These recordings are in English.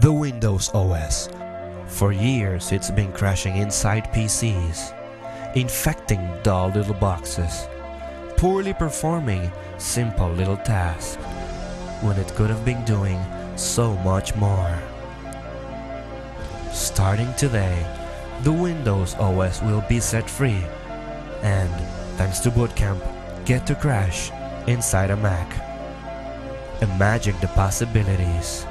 The Windows OS. For years it's been crashing inside PCs, infecting dull little boxes, poorly performing simple little tasks, when it could have been doing so much more. Starting today, the Windows OS will be set free, and thanks to Bootcamp, get to crash inside a Mac. Imagine the possibilities.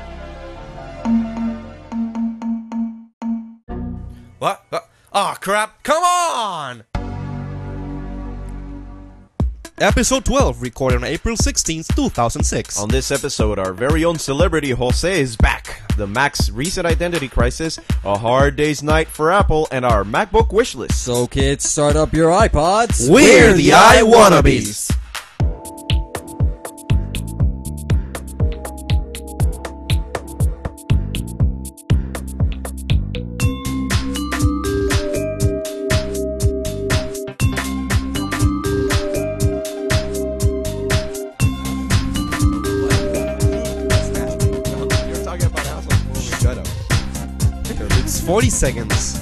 What? what? Oh crap! Come on! Episode 12, recorded on April 16th, 2006. Um, On this episode, our very own celebrity Jose is back. The Mac's recent identity crisis, a hard day's night for Apple, and our MacBook wishlist. So, kids, start up your iPods. We're the I Wannabes. Shut up. It's 40 seconds,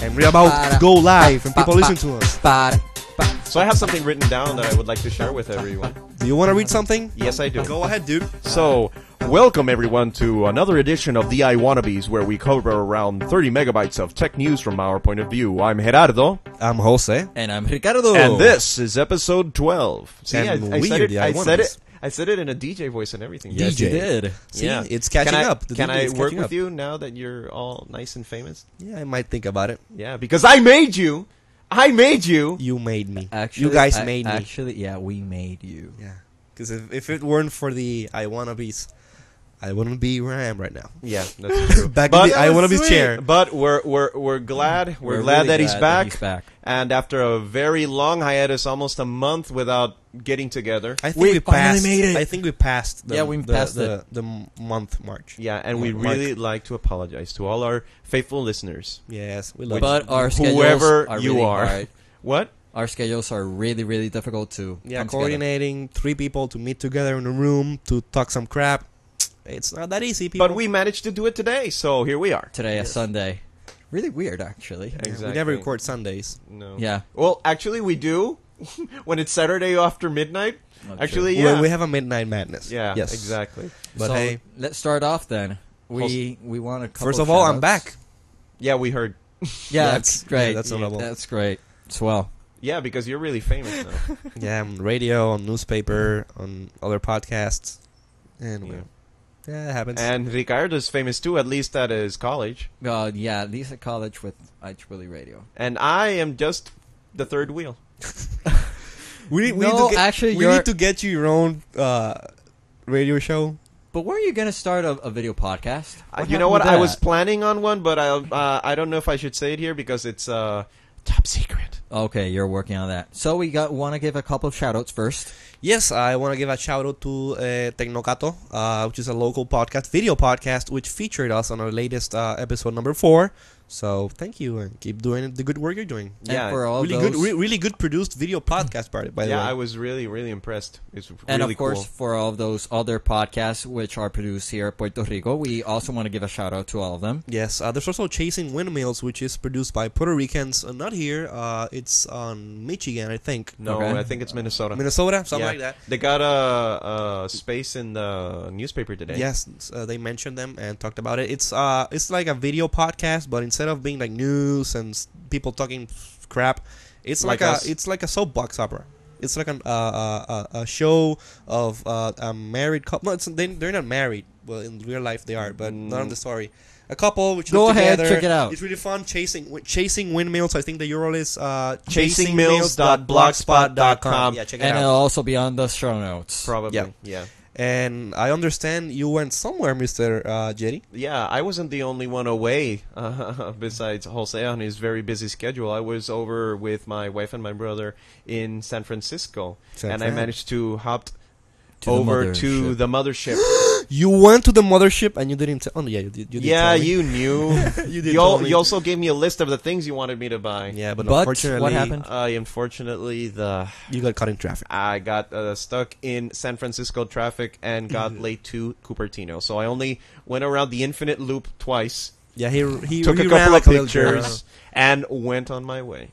and we're about to go live, and people listen to us. Ba- ba- So I have something written down that I would like to share with everyone. Do you want to read something? Yes, I do. Go ahead, dude. So, welcome everyone to another edition of the I Wannabes, where we cover around 30 megabytes of tech news from our point of view. I'm Gerardo, I'm Jose. And I'm Ricardo. and this is episode 12. Oh. See, I, And I we said are it. the I said I-Wannabes. it. I said it in a DJ voice and everything. Yes, you DJ. did. See, Yeah. it's catching can I, up. The can DVD I is work catching with up. you now that you're all nice and famous? Yeah, I might think about it. Yeah, because I made you. I made you. You made me. Actually, you guys I- made me. Actually, yeah, we made you. Yeah. Because if, if it weren't for the I wanna be's, I wouldn't be where I am right now. Yeah, that's true. Back in the I wanna be's chair. But we're we're we're glad we're, We're glad, really that, he's glad that back. he's back. And after a very long hiatus, almost a month without getting together. I think We we, finally passed. made it. I think we passed. The, Yeah, we the, passed the, the, m- month March. yeah, and we Mark. really like to apologize to all our faithful listeners, Yes, we love. But our schedules whoever are you really are. hard. What? Our schedules are really, really difficult to yeah, come together. coordinating three people to meet together in a room to talk some crap. It's not that easy, people. But we managed to do it today, so here we are. Today is Sunday. Really weird, actually. Yeah, Exactly. we never record Sundays. No. Yeah. Well, actually, we do when it's Saturday after midnight. Not true. actually, We- yeah. We, have a midnight madness. yeah. Yes. Exactly. But so hey, let's start off then. We we want a couple first of all, I'm shout-outs. back. Yeah, we heard. Yeah, That's- that's great. yeah, that's notable. That's great. Swell. Yeah, because you're really famous now. yeah, I'm radio, on newspaper, on other podcasts, and Yeah. yeah, yeah it happens. and Ricardo's famous too, at least at his college. Uh, yeah, these at college with IEEE radio. And I am just the third wheel. we we No, need to get, actually, we you're- need to get you your own uh, radio show. But weren't you going to start a, a video podcast? Uh, you know happened what? with I was that? planning on one, but I uh, I don't know if I should say it here because it's uh, top secret. Okay, you're working on that. So we got want to give a couple of shout outs first. Yes, I want to give a shout out to uh, Tecnocato, uh, which is a local podcast, video podcast, which featured us on our latest uh, episode number four. So thank you and keep doing the good work you're doing. And Yeah, for all Really those, good, re- really good produced video podcast. By, by yeah, I the way, was really really impressed. It's really and of course cool. for all those other podcasts which are produced here at Puerto Rico. We also want to give a shout out to all of them. yes. Uh, there's also Chasing Windmills, which is produced by Puerto Ricans. Uh, not here. Uh, it's on Michigan, I think, No, Okay. I think it's Minnesota. Minnesota, something Yeah. like that. They got a, a space in the newspaper today. Yes, uh, they mentioned them and talked about it. It's uh, it's like a video podcast, but instead of being like news and s- people talking crap, it's Like like, us. a it's like a soapbox opera. It's like an, uh, uh, uh, a show of uh, a married couple. No, it's, they, they're not married. Well, in real life they are, but not on the story. A couple which Mm. Go live ahead, together. check it out. It's really fun. Chasing wi- chasing windmills. I think the URL is uh, chasingmills.blogspot.com. Yeah, check it and out. it'll also be on the show notes. probably. Yeah. yeah. And I understand you went somewhere, Mister uh, Jerry. Yeah, I wasn't the only one away uh, besides Jose on his very busy schedule. I was over with my wife and my brother in San Francisco, San and I Fran. managed to hop to over the to mothership. the mothership. You went to the mothership and you didn't. T- oh no, yeah, you, did- you did. yeah, tell me. you knew. you did. you, tell al- me. you also gave me a list of the things you wanted me to buy. yeah, but, But what unfortunately, happened? I unfortunately the You got caught in traffic. I got uh, stuck in San Francisco traffic and got late to Cupertino. So I only went around the infinite loop twice, Yeah, he he took he a ran couple of like little pictures, girl. and went on my way.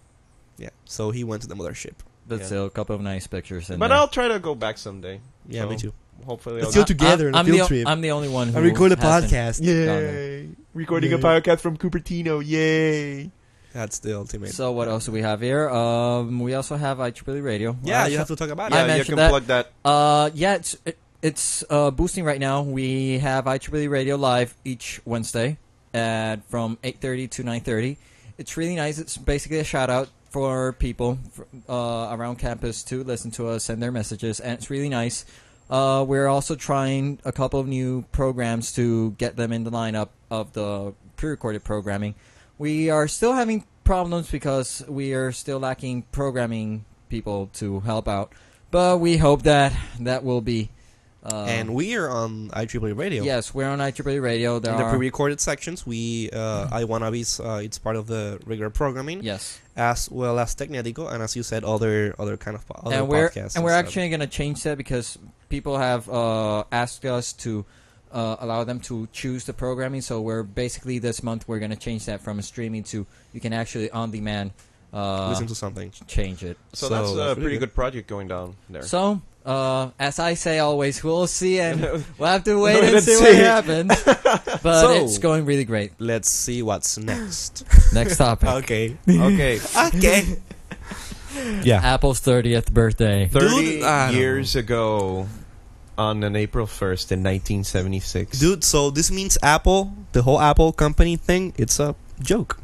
Yeah, so he went to the mothership. But yeah. still, a couple of nice pictures. In But there. I'll try to go back someday. Yeah, me So, too. Hopefully, Let's I'll go together on a I'm field the, o- trip. I'm the only one who I record a hasn't. podcast. Yay. Recording a podcast from Cupertino. Yay! That's the ultimate. So what else do we have here? Um, we also have IEEE radio. yeah, Uh, you have to talk about I Yeah, it. you mentioned can that. plug that. Uh, yeah, it's it, it's uh, boosting right now. We have IEEE Radio live each Wednesday at from 8:30 to 9:30. It's really nice. It's basically a shout out for people fr- uh, around campus to listen to us, send their messages, and it's really nice. Uh, we're also trying a couple of new programs to get them in the lineup of the pre-recorded programming. We are still having problems because we are still lacking programming people to help out. But we hope that that will be. Uh, and we are on IEEE Radio. yes, we're on IEEE Radio. There In the are pre-recorded sections, we uh, I wanna be's uh, it's part of the regular programming yes, as well as Tecnetico and as you said other other kind of po- other and we're podcasts. and we're stuff. actually going to change that because people have uh, asked us to uh, allow them to choose the programming. So we're basically this month we're going to change that from streaming to you can actually on demand uh, listen to something. change it. So, So that's a that's really pretty good. good project going down there. So. Uh, as I say always, we'll see, and we'll have to wait and, and see, see. what happens. But So- it's going really great. Let's see what's next. Next topic: okay. okay, Okay. yeah. Apple's thirtieth birthday. thirty Dude, I don't years ago, on an April first in nineteen seventy six. Dude, so this means Apple, the whole Apple company thing, it's a joke.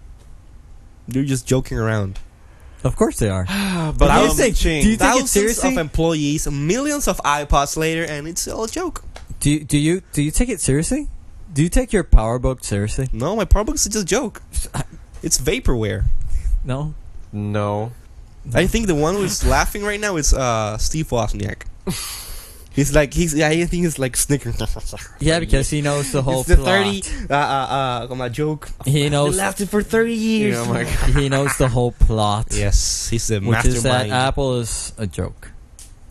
They're just joking around. Of course they are. but do you um, think- Ching, do you- think it's Thousands of seriously? employees, millions of iPods later, and it's all a joke. Do you, do you do you take it seriously? Do you take your PowerBook seriously? No, my PowerBook is just a joke. It's vaporware. No. no, I think the one who's laughing right now is uh, Steve Wozniak. He's like he's I think he's like snickering. Yeah, because he knows the whole it's the plot. thirty uh uh uh my joke. He knows lasted for thirty years. Oh my God. he knows the whole plot. Yes, he's the Which is that mastermind. Apple is a joke.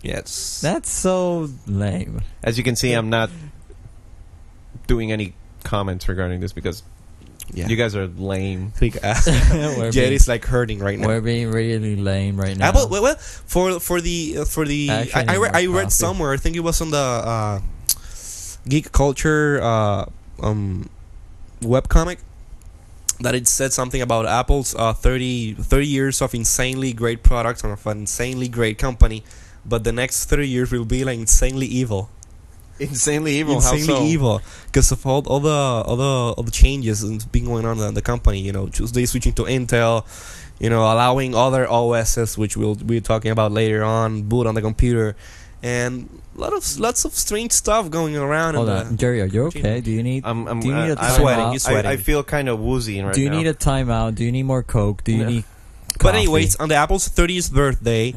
yes. That's so lame. as you can see, I'm not doing any comments regarding this because yeah. you guys are lame. think uh, we're, being, Jerry's like hurting right now. we're being really lame right now. Apple. Well, well, for for the uh, for the Actually, I I, re- more I read coffee. somewhere. I think it was on the uh, geek culture uh, um, webcomic that it said something about Apple's uh, 30, 30 years of insanely great products and of an insanely great company, but the next thirty years will be like insanely evil, Insanely evil. insanely how so? evil because of all, all the all the all the changes that's been going on in the company. You know, Tuesday switching to Intel, you know, allowing other OSs, which we'll be talking about later on, boot on the computer, and lot of lots of strange stuff going around. Hold in on, the, Jerry. Are you okay? Do you need? I'm, uh, I'm Do you need a I- I- timeout? I- I, I feel kind of woozy right do you now. need a timeout? Do you need more Coke? Do you Yeah. need? But coffee? anyways, on the Apple's 30th birthday,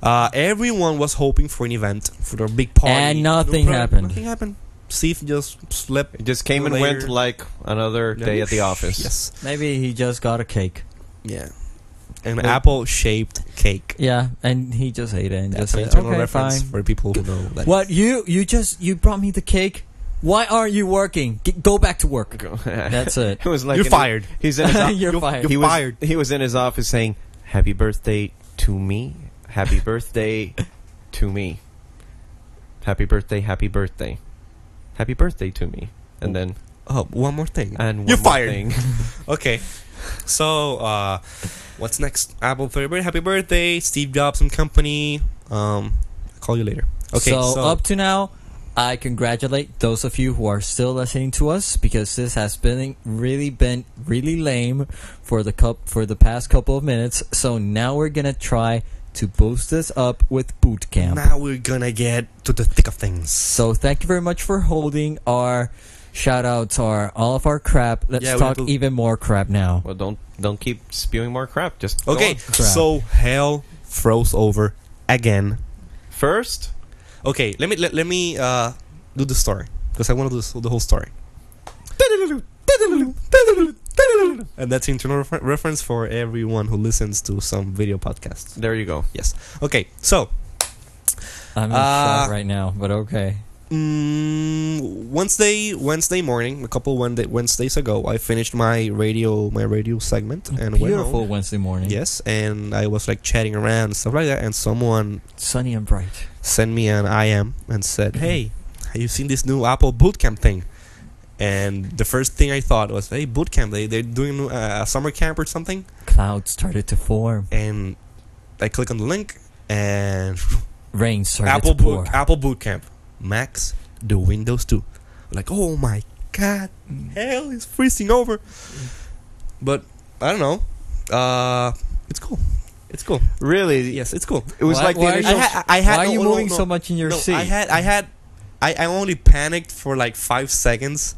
uh, everyone was hoping for an event for their big party, And nothing No pro- happened. Nothing happened. Steve just slept it just came and Later. went like another day at the office. Yes. maybe he just got a cake. Yeah. An Well- apple-shaped cake. Yeah, and he just ate it and That's an just said, internal "Okay, reference fine." for people who know that. What you you just you brought me the cake? Why aren't you working? G- go back to work. That's it. it was like You're an- fired. He's in his o- You're fired. he You're was, fired. He was in his office saying, "Happy birthday to me. Happy birthday to me. Happy birthday. Happy birthday. Happy birthday to me." And then Oh, one more thing. and one You're more fired. thing. Okay. So, uh, what's next? Apple 30th birthday. Happy birthday, Steve Jobs and company. Um, call you later. Okay. so, So, up to now, I congratulate those of you who are still listening to us because this has been really been really lame for the cup for the past couple of minutes. So now we're gonna try to boost this up with boot camp. now we're gonna get to the thick of things. So thank you very much for holding our shout outs, our all of our crap. Let's Yeah, we talk have to- even more crap now. Well, don't don't keep spewing more crap. Just go Okay. on. Crap. So hell froze over again. First, Okay, let me let, let me uh, do the story because I want to do this, the whole story. And that's internal refer- reference for everyone who listens to some video podcasts. There you go. Yes. Okay. So I'm in Uh, shock right now, but okay. Mm, Wednesday, Wednesday morning, a couple Wednesday, Wednesdays ago, I finished my radio, my radio segment, and went Beautiful home. Wednesday morning. Yes, and I was like chatting around and stuff like that, and someone Sunny and bright. sent me an IM and said, "Hey, have you seen this new Apple bootcamp thing?" And the first thing I thought was, "Hey, bootcamp! They they're doing uh, a summer camp or something." Clouds started to form. And I click on the link, and Rain started Apple to pour. boot, Apple Bootcamp, Max, the Windows 2. Like, oh my god, hell is freezing over. But I don't know. Uh, it's cool. It's cool. Really? Yes, it's cool. It was Why- like the why are initial- I had, I had Why are no- you no, moving no, so much in your no, seat? I had, I had, I, I only panicked for like five seconds,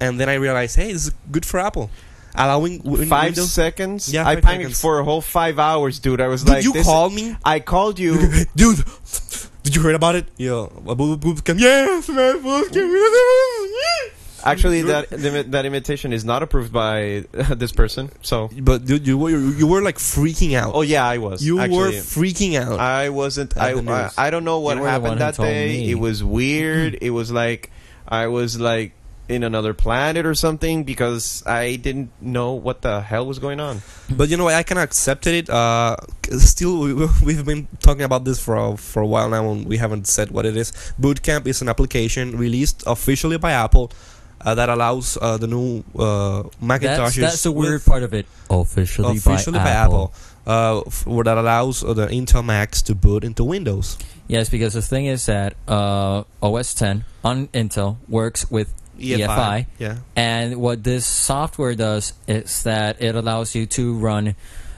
and then I realized, hey, this is good for Apple, allowing win- five Windows. seconds. Yeah, I five panicked seconds. for a whole five hours, dude. I was Did like, you this- call me, I called you. dude? Did you heard about it? Yo, Apple bootcamp. Yes, man, bootcamp. Actually, You're- that the, that imitation is not approved by this person. So, But dude, you were you were like freaking out. oh yeah, I was. you were actually. freaking out. I wasn't. At I, the I news. I don't know what You were the one happened who that told day. me. It was weird. Hmm. it was like I was like in another planet or something because I didn't know what the hell was going on. but you know what? I kind of accepted it. Uh, c- still, we, we- we've been talking about this for a, for a while now, and we haven't said what it is. Bootcamp is an application released officially by Apple uh, that allows uh, the new uh, that's, Macintoshes. that's the with- weird part of it. Officially, Officially by Apple, uh, f- where that allows uh, the Intel Macs to boot into Windows. Yes, because the thing is that uh, OS 10 on Intel works with EFI. E Yeah. And what this software does is that it allows you to run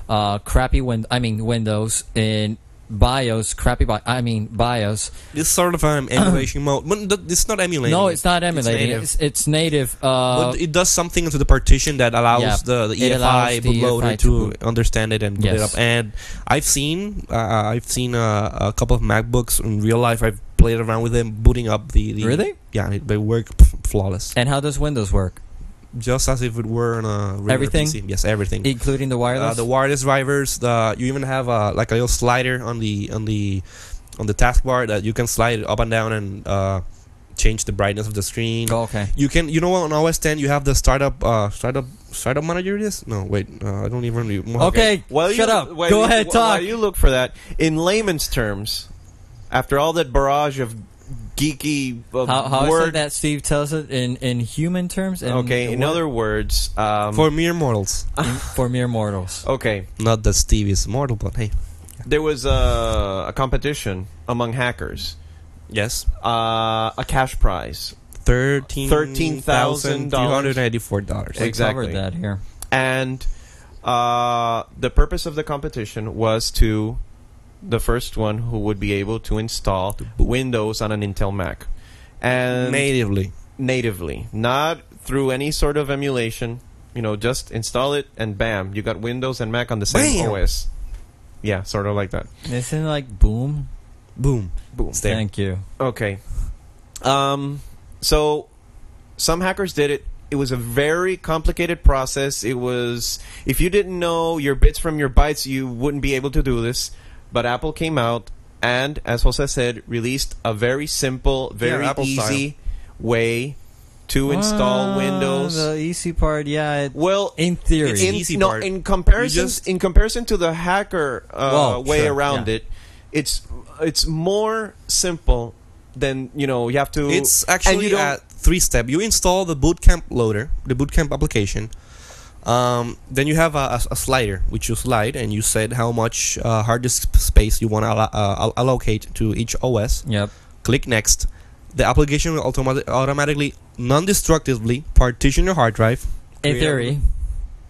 uh, crappy win- I mean Windows in BIOS, crappy bi- I mean BIOS. It's sort of an emulation mode. But th- it's not emulating. No, it's not emulating. native. It's native. It's, native uh, But it does something to the partition that allows Yeah. the, E the It allows EFI the bootloader EFI to to- understand it and boot it Yes. up. And I've seen uh, I've seen uh, a couple of MacBooks in real life. I've played around with them booting up the, the really. yeah they work p- flawless, And how does Windows work, just as if it were on a regular Everything? PC. Yes, everything. including the Uh, wireless? the wireless drivers. The you even have uh, like a little slider on the on the on the taskbar that you can slide up and down and uh, change the brightness of the screen. Oh, okay. You can, you know, on OS 10, you have the startup, uh, startup, startup manager. It is no, wait, uh, I don't even. re- Okay. Shut you, up. while Go you- ahead. wh- Talk. While you look for that in layman's terms, after all that barrage of geeky uh, how how is word. it that Steve tells it in, in human terms? And okay. In what- other words, um, for mere mortals, in- for mere mortals. okay, not that Steve is mortal, but hey, there was uh, a competition among hackers. yes, Uh, a cash prize thirteen three hundred ninety-four dollars. We Exactly. covered that here. and uh, the purpose of the competition was to the first one who would be able to install Windows on an Intel Mac and natively. natively, not through any sort of emulation. You know, just install it and bam, you got Windows and Mac on the same Bam! OS. Yeah, sort of like that. Isn't it like boom? Boom. Boom. It's there. Thank you. Okay. Um, so some hackers did it. It was a very complicated process. It was if you didn't know your bits from your bytes, you wouldn't be able to do this. But Apple came out and, as Jose said, released a very simple, very Apple easy way to install Ah, Windows. The easy part, yeah. It, well, in theory, It's in, easy no, part. in comparison, You just- in comparison to the hacker uh, Well, way sure, around it, yeah. it's it's more simple than you know. You have to. It's and you actually don't- a three step. You install the bootcamp loader, the bootcamp application. Um, then you have a, a, a slider which you slide and you set how much uh, hard disk space you want to allo- uh, al- allocate to each OS. yep. Click next. The application will automat- automatically, non destructively partition your hard drive. In Yeah. theory.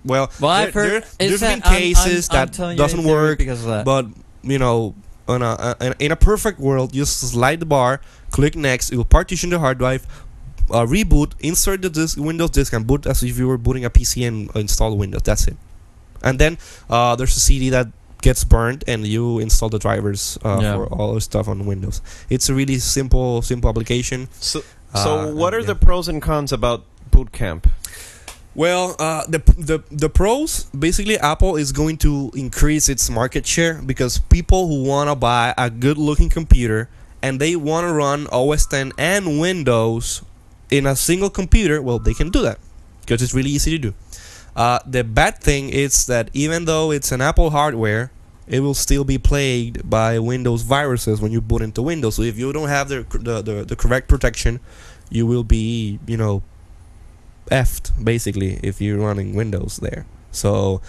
Well, Well, I've there- heard there- it's there's been that- I'm- I'm- cases I'm that telling you doesn't in theory work, because of that. but you know, on a, a, in a perfect world, you just slide the bar, click next, it will partition the hard drive, uh, reboot, insert the disk, Windows disk, and boot as if you were booting a PC and install Windows. That's it. And then uh, there's a CD that gets burned and you install the drivers uh, Yeah. for all the stuff on Windows. It's a really simple simple application. So, so Uh, what are yeah. the pros and cons about boot camp? Well, uh, the the the pros basically Apple is going to increase its market share because people who want to buy a good-looking computer and they want to run OS 10 and Windows in a single computer, well, they can do that because it's really easy to do. Uh, the bad thing is that even though it's an Apple hardware, it will still be plagued by Windows viruses when you boot into Windows. So if you don't have the the, the, the correct protection, you will be you know effed basically if you're running Windows there. So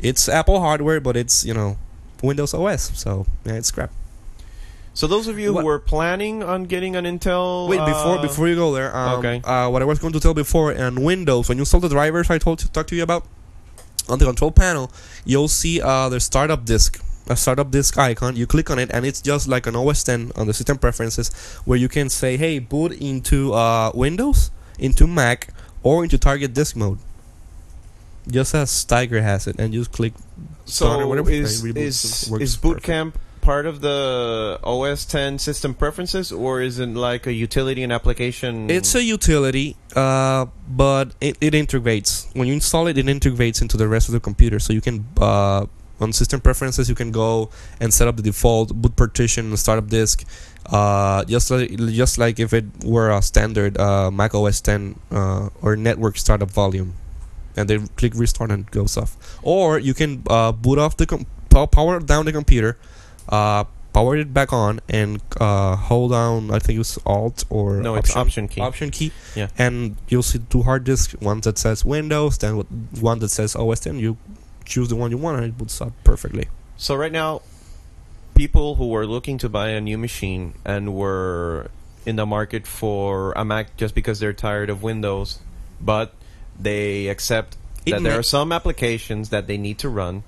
it's Apple hardware, but it's you know Windows OS. So yeah, it's crap. So those of you What- who are planning on getting an Intel, Wait, uh, before before you go there, um, okay. uh, what I was going to tell before on Windows, when you install the drivers I told to talk to you about on the control panel, you'll see uh, the startup disk, a startup disk icon. You click on it, and it's just like an OS 10 on the system preferences, where you can say, "Hey, boot into uh, Windows, into Mac, or into target disk mode." Just as Tiger has it, and you just click. Start or so whatever, is it is works is boot perfect. camp part of the OS 10 system preferences, or is it like a utility and application? It's a utility, uh, but it, it integrates. When you install it, it integrates into the rest of the computer. So you can, uh, on system preferences, you can go and set up the default boot partition, startup disk, uh, just like just like if it were a standard uh, Mac OS 10 uh, or network startup volume, and then click restart and it goes off. Or you can uh, boot off the com- pow- power down the computer. Uh, Power it back on and uh, hold down. I think it was Alt or no, it's Option option key. option key. Yeah. And you'll see two hard disks, one that says Windows, then w- one that says OS 10. You choose the one you want and it boots up perfectly. So right now, people who were looking to buy a new machine and were in the market for a Mac just because they're tired of Windows, but they accept It that there ma- are some applications that they need to run.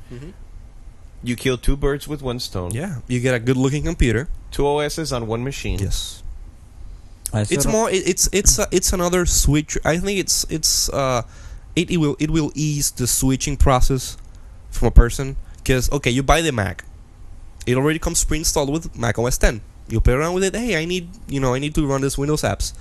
You kill two birds with one stone. Yeah. You get a good looking computer. Two OSs on one machine. Yes. I It's still more it, it's it's uh, it's another switch. I think it's it's uh it, it will it will ease the switching process from a person cuz okay, you buy the Mac. It already comes pre-installed with Mac OS 10. You play around with it. Hey, I need, you know, I need to run this Windows apps.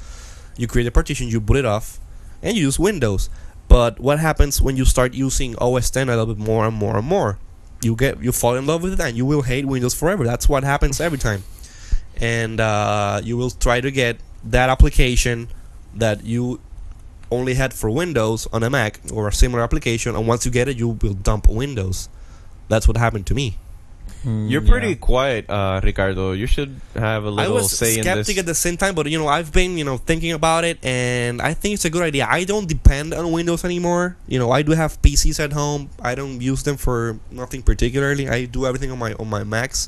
You create a partition, you boot it off, and you use Windows. But what happens when you start using OS 10 a little bit more and more and more? You get you fall in love with it, and you will hate Windows forever. That's what happens every time, and uh, you will try to get that application that you only had for Windows on a Mac or a similar application. And once you get it, you will dump Windows. That's what happened to me. don't- You're Mm, pretty yeah. quiet, uh, Ricardo. You should have a I little was say in skeptic this. at the same time, but you know, I've been you know thinking about it, and I think it's a good idea. I don't depend on Windows anymore. You know, I do have PCs at home. I don't use them for nothing particularly. I do everything on my on my Macs.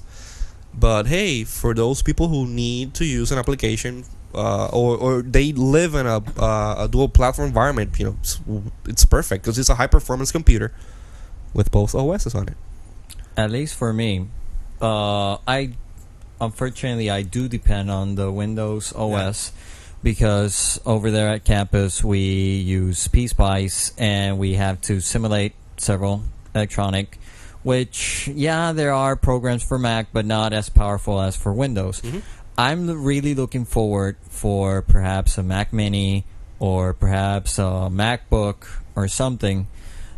But hey, for those people who need to use an application, uh, or or they live in a uh, a dual platform environment, you know, it's, it's perfect because it's a high performance computer with both OSs on it. At least for me, uh, I unfortunately I do depend on the Windows OS because over there at campus we use PSpice and we have to simulate several electronic. Which yeah, there are programs for Mac, but not as powerful as for Windows. Mhm. I'm l- really looking forward for perhaps a Mac Mini or perhaps a MacBook or something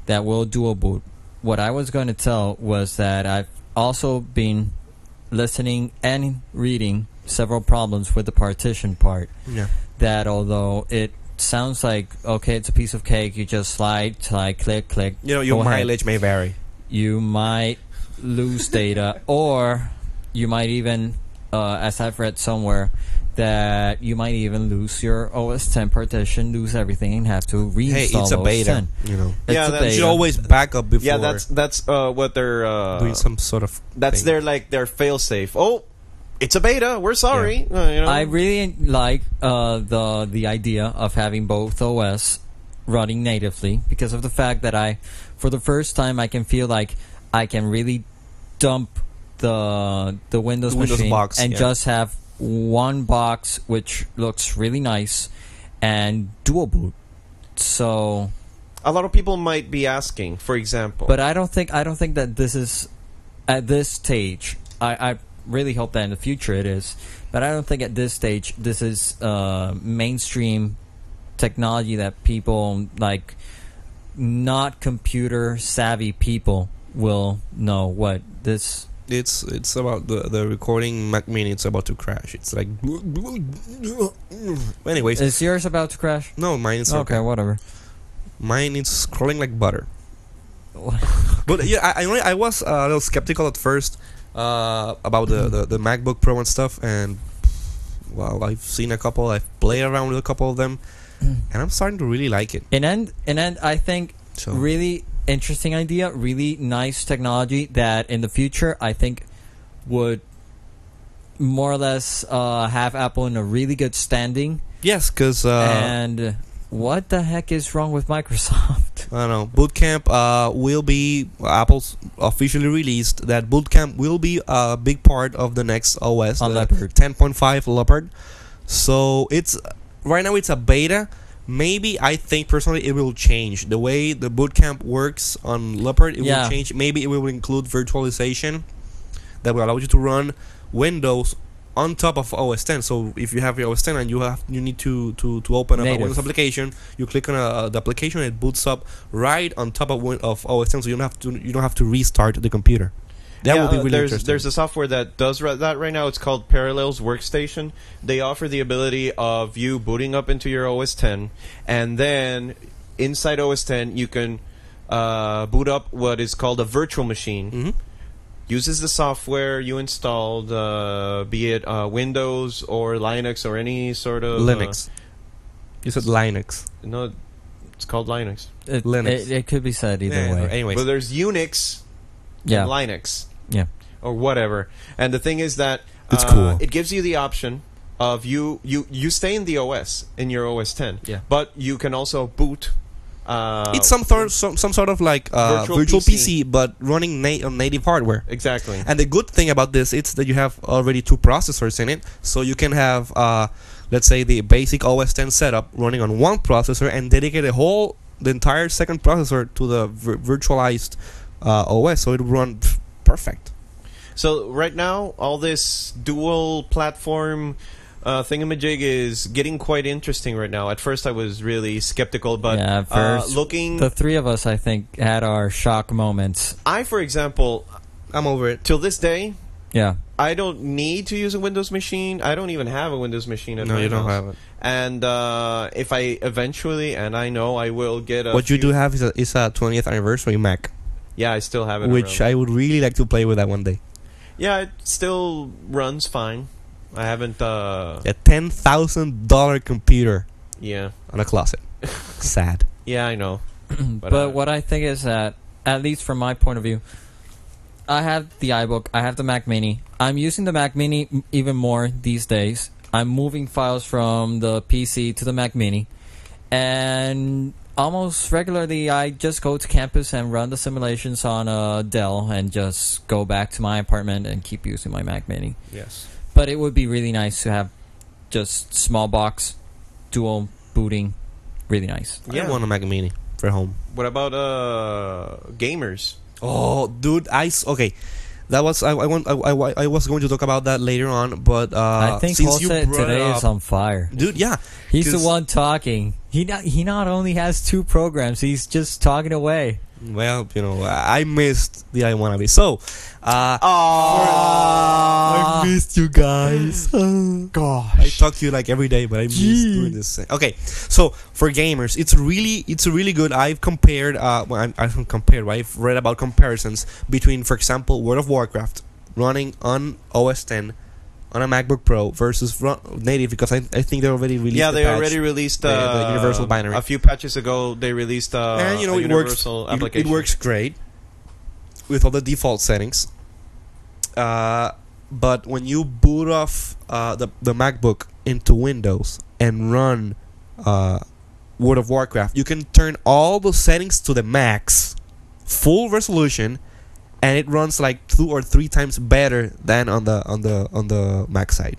that will dual boot. What I was going to tell was that I've also been listening and reading several problems with the partition part. Yeah. That although it sounds like okay, it's a piece of cake, you just slide, slide, click, click. You know, your go ahead. mileage may vary. You might lose data, or you might even, uh, as I've read somewhere, that you might even lose your OS 10 partition, lose everything, and have to reinstall Hey, it's a OS beta. 10. You know. It's Yeah, that's- a You beta. should always back up before. Yeah, that's that's uh, what they're uh, doing some sort of. That's thing. their like their fail safe. Oh, it's a beta. We're sorry. Uh, you know? I really like uh, the the idea of having both OS running natively because of the fact that I, for the first time, I can feel like I can really dump the the Windows, The Windows machine box, and yeah. just have one box which looks really nice and dual boot. So, a lot of people might be asking, for example. but I don't think I don't think that this is at this stage, I, I really hope that in the future it is, but I don't think at this stage this is uh, mainstream technology that people like not computer savvy people will know what this It's it's about the the recording Mac Mini. It's about to crash. It's like. Anyways, is yours about to crash no, mine is okay, okay. whatever Mine is scrolling like butter. But yeah, I I, only, I was a little skeptical at first uh, about the, the the MacBook Pro and stuff, and well, I've seen a couple. I've played around with a couple of them, and I'm starting to really like it. and then and then i think So really interesting idea really nice technology that in the future i think would more or less uh, have apple in a really good standing yes, because uh, and what the heck is wrong with microsoft I don't know. Boot Camp uh, will be Apple's officially released that Boot Camp will be a big part of the next OS on uh, leopard 10.5 Leopard. So it's right now it's a beta. Maybe I think personally it will change the way the bootcamp works on Leopard. It Yeah. will change. Maybe it will include virtualization that will allow you to run Windows on top of OS 10. So if you have your OS 10 and you have you need to to, to open up a Native. Windows application, you click on a, the application it boots up right on top of Win- of OS 10. So you don't have to you don't have to restart the computer. That Yeah, will be uh, really there's, interesting. There's a software that does ra- that right now. It's called Parallels Workstation. They offer the ability of you booting up into your OS 10, and then inside OS 10 you can uh, boot up what is called a virtual machine. Mhm. Uses the software you installed, uh, be it uh, Windows or Linux or any sort of uh, Linux. You said Linux. no, it's called Linux. it, Linux. It, it could be said either Yeah, way Anyways, But there's Unix yeah and Linux. Yeah. Or whatever. And the thing is that It's uh, cool. It gives you the option of you you you stay in the OS in your OS 10. Yeah. But you can also boot. Uh, it's some sort some, some sort of like uh, virtual, Virtual PC. PC. but running na- on native hardware. exactly. And the good thing about this it's that you have already two processors in it, so you can have uh, let's say the basic OS 10 setup running on one processor and dedicate a whole the entire second processor to the vir- virtualized uh, OS, so it will run pff, perfect. So right now, all this dual platform uh, thingamajig is getting quite interesting right now. At first, I was really skeptical, but Yeah, at uh, first- looking, the three of us i think had our shock moments I for example, I'm over it. till this day, yeah I don't need to use a Windows machine. I don't even have a Windows machine. At No, my you don't house. have it. And uh, if I eventually, and I know I will get a. What you few- do have is a, is a 20th anniversary Mac, Yeah, I still have it. which around. I would really like to play with that one day. yeah, it still runs fine. I haven't. Uh, A ten thousand dollar computer yeah, on a closet. Sad. yeah, I know. But, but, uh, what I think is that, at least from my point of view, I have the iBook, I have the Mac Mini. I'm using the Mac Mini m- even more these days. I'm moving files from the PC to the Mac Mini, and almost regularly I just go to campus and run the simulations on a Dell, and just go back to my apartment and keep using my Mac Mini. Yes. But it would be really nice to have just small box, dual booting, really nice. I Yeah. want a Mac Mini for home. What about uh, gamers? Oh, dude, I s- okay. That was I, I want I, I, I was going to talk about that later on, but uh, I think since you Jose brought it today up, is on fire. dude, yeah, He's the 'Cause- one talking. He not, he not only has two programs, he's just talking away. well, you know, I I missed the I wanna be so. Uh, Ah. I missed you guys. Gosh, I talk to you like every day, but I miss doing this. Thing. Okay, so for gamers, it's really it's really good. I've compared. Uh, well, I'm, I haven't compared. But I've read about comparisons between, for example, World of Warcraft running on OS 10 on a MacBook Pro versus run, native because I, I think they already released. yeah, the they patch. already released the- the uh, universal binary. A few patches ago, they released uh, and you know a it works. universal it- It, application. works great with all the default settings. Uh, but when you boot off uh, the the MacBook into Windows and run uh, World of Warcraft, you can turn all the settings to the max, full resolution, and it runs like two or three times better than on the on the on the Mac side.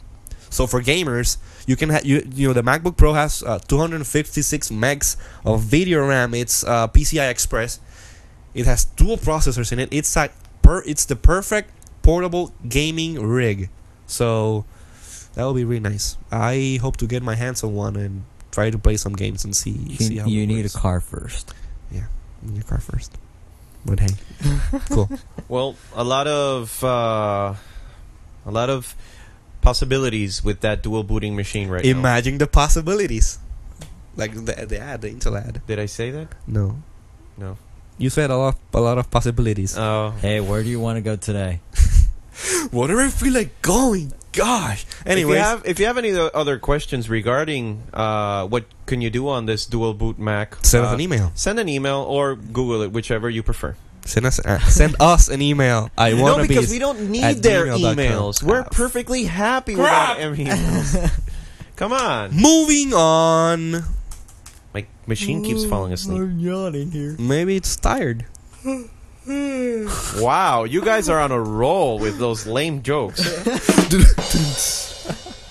So for gamers, you can ha- you you know the MacBook Pro has uh, 256 megs of video RAM. It's uh, PCI Express. It has dual processors in it. It's a per it's the perfect portable gaming rig. So that will be really nice. I hope to get my hands on one and try to play some games and see see You, how you it need a works. car first. In your car first. But hey, cool. Well, a lot of uh, a lot of possibilities with that dual booting machine right now. Imagine the possibilities. Like the, the ad, the Intel ad. Did I say that? No, No. you said a lot, a lot of possibilities. Oh, Hey, where do you want to go today? what do I feel like going? Gosh. if Anyways, you have, if you have any other questions regarding uh, what can you do on this dual boot Mac, send uh, us an e-, email. send an email or Google it, whichever you prefer. Send us, uh, send us an email. I want to no, be. because we don't at need their gmail.com. emails. We're Ah, perfectly happy crap. without our emails. Come on, Moving on. my machine Mm. keeps falling asleep. I'm yawning here. Maybe it's tired. Wow, you guys are on a roll with those lame jokes.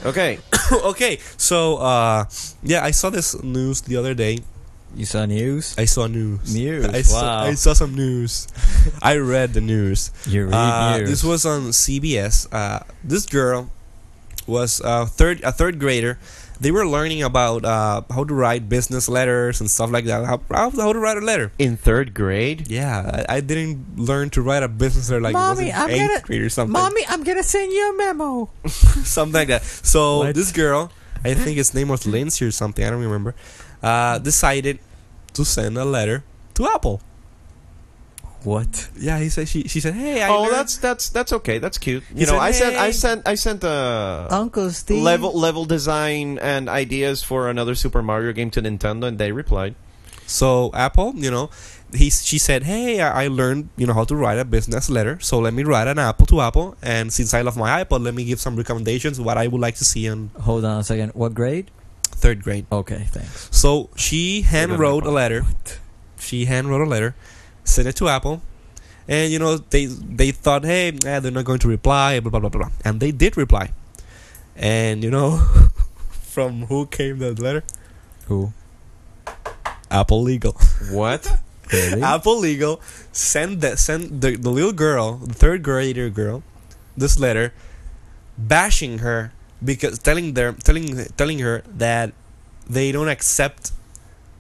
Okay, okay, so uh, yeah, I saw this news the other day. You saw news? I saw news. News, I saw, wow. I saw some news. I read the news. You read Uh, news. this was on CBS. Uh, this girl was uh, third a third grader. They were learning about uh, how to write business letters and stuff like that. How, how, how to write a letter. in third grade, Yeah, I, I didn't learn to write a business letter like it Mommy, was I'm in 8th gonna- grade or something. I'm gonna send you a memo. something like that. So What? this girl, I think its name was Lindsay or something. I don't remember. Uh, decided to send a letter to Apple. What? Yeah, he said she. She said, "Hey, I oh, learned- that's that's that's okay. That's cute. He You know, said, "Hey." I sent I sent I sent uh, a Uncle Steve. level level design and ideas for another Super Mario game to Nintendo, and they replied. So Apple, you know, he she said, "Hey, I, I learned you know how to write a business letter. So let me write an Apple to Apple. And since I love my iPod, let me give some recommendations what I would like to see in Hold on a second. What grade? third grade." Okay, thanks. So she hand Good wrote a iPod. letter. She hand wrote a letter, sent it to Apple, and you know they they thought, "Hey, eh, they're not going to reply." Blah blah blah blah. And they did reply. And you know, from who came that letter? Who? Apple legal. What? Really? Apple Legal send that send the, the little girl, the third grader girl, this letter, bashing her because telling them telling telling her that they don't accept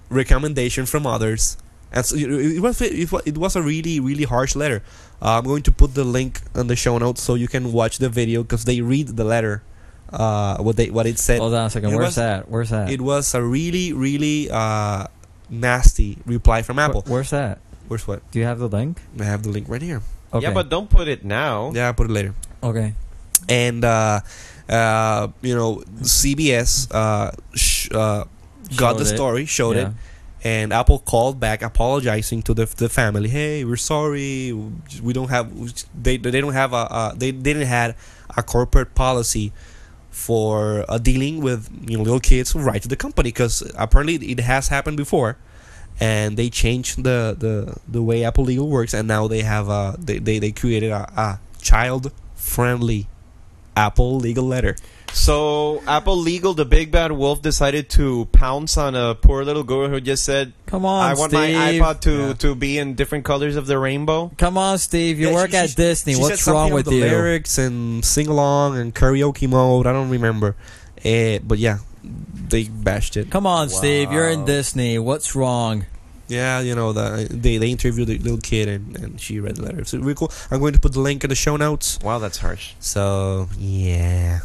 recommendation from others. And so it, it was it was it was a really really harsh letter. Uh, I'm going to put the link on the show notes so you can watch the video because they read the letter, uh, what they what it said. Hold on a second. it Where's was- that? Where's that? It was a really really uh, nasty reply from Wh- Apple. Where's that? Where's what? Do you have the link? I have the link right here. Okay. Yeah, but don't put it now. Yeah, I'll put it later. okay. And uh, uh, you know, CBS uh, sh- uh, got Showed the it. story, showed yeah. it, and Apple called back, apologizing to the, the family. Hey, we're sorry. We don't have they they don't have a uh, they didn't had a corporate policy for uh, dealing with you know little kids who write to the company because apparently it has happened before. And they changed the, the, the way Apple Legal works, and now they have a they, they, they created a, a child friendly Apple legal letter. So Apple Legal, the big bad wolf, decided to pounce on a poor little girl who just said, Come on, "I want Steve. my iPod to Yeah. to be in different colors of the rainbow." Come on, Steve. You Yeah, work she- at she- Disney. She said What's something wrong about with the you? lyrics and sing along and karaoke mode? I don't remember. Eh, but yeah, they bashed it. Come on, Steve. You're in Wow. Disney. What's wrong? Yeah, you know the, they they interviewed the little kid and, and she read the letter. So really cool. I'm going to put the link in the show notes. Wow, that's harsh. So yeah,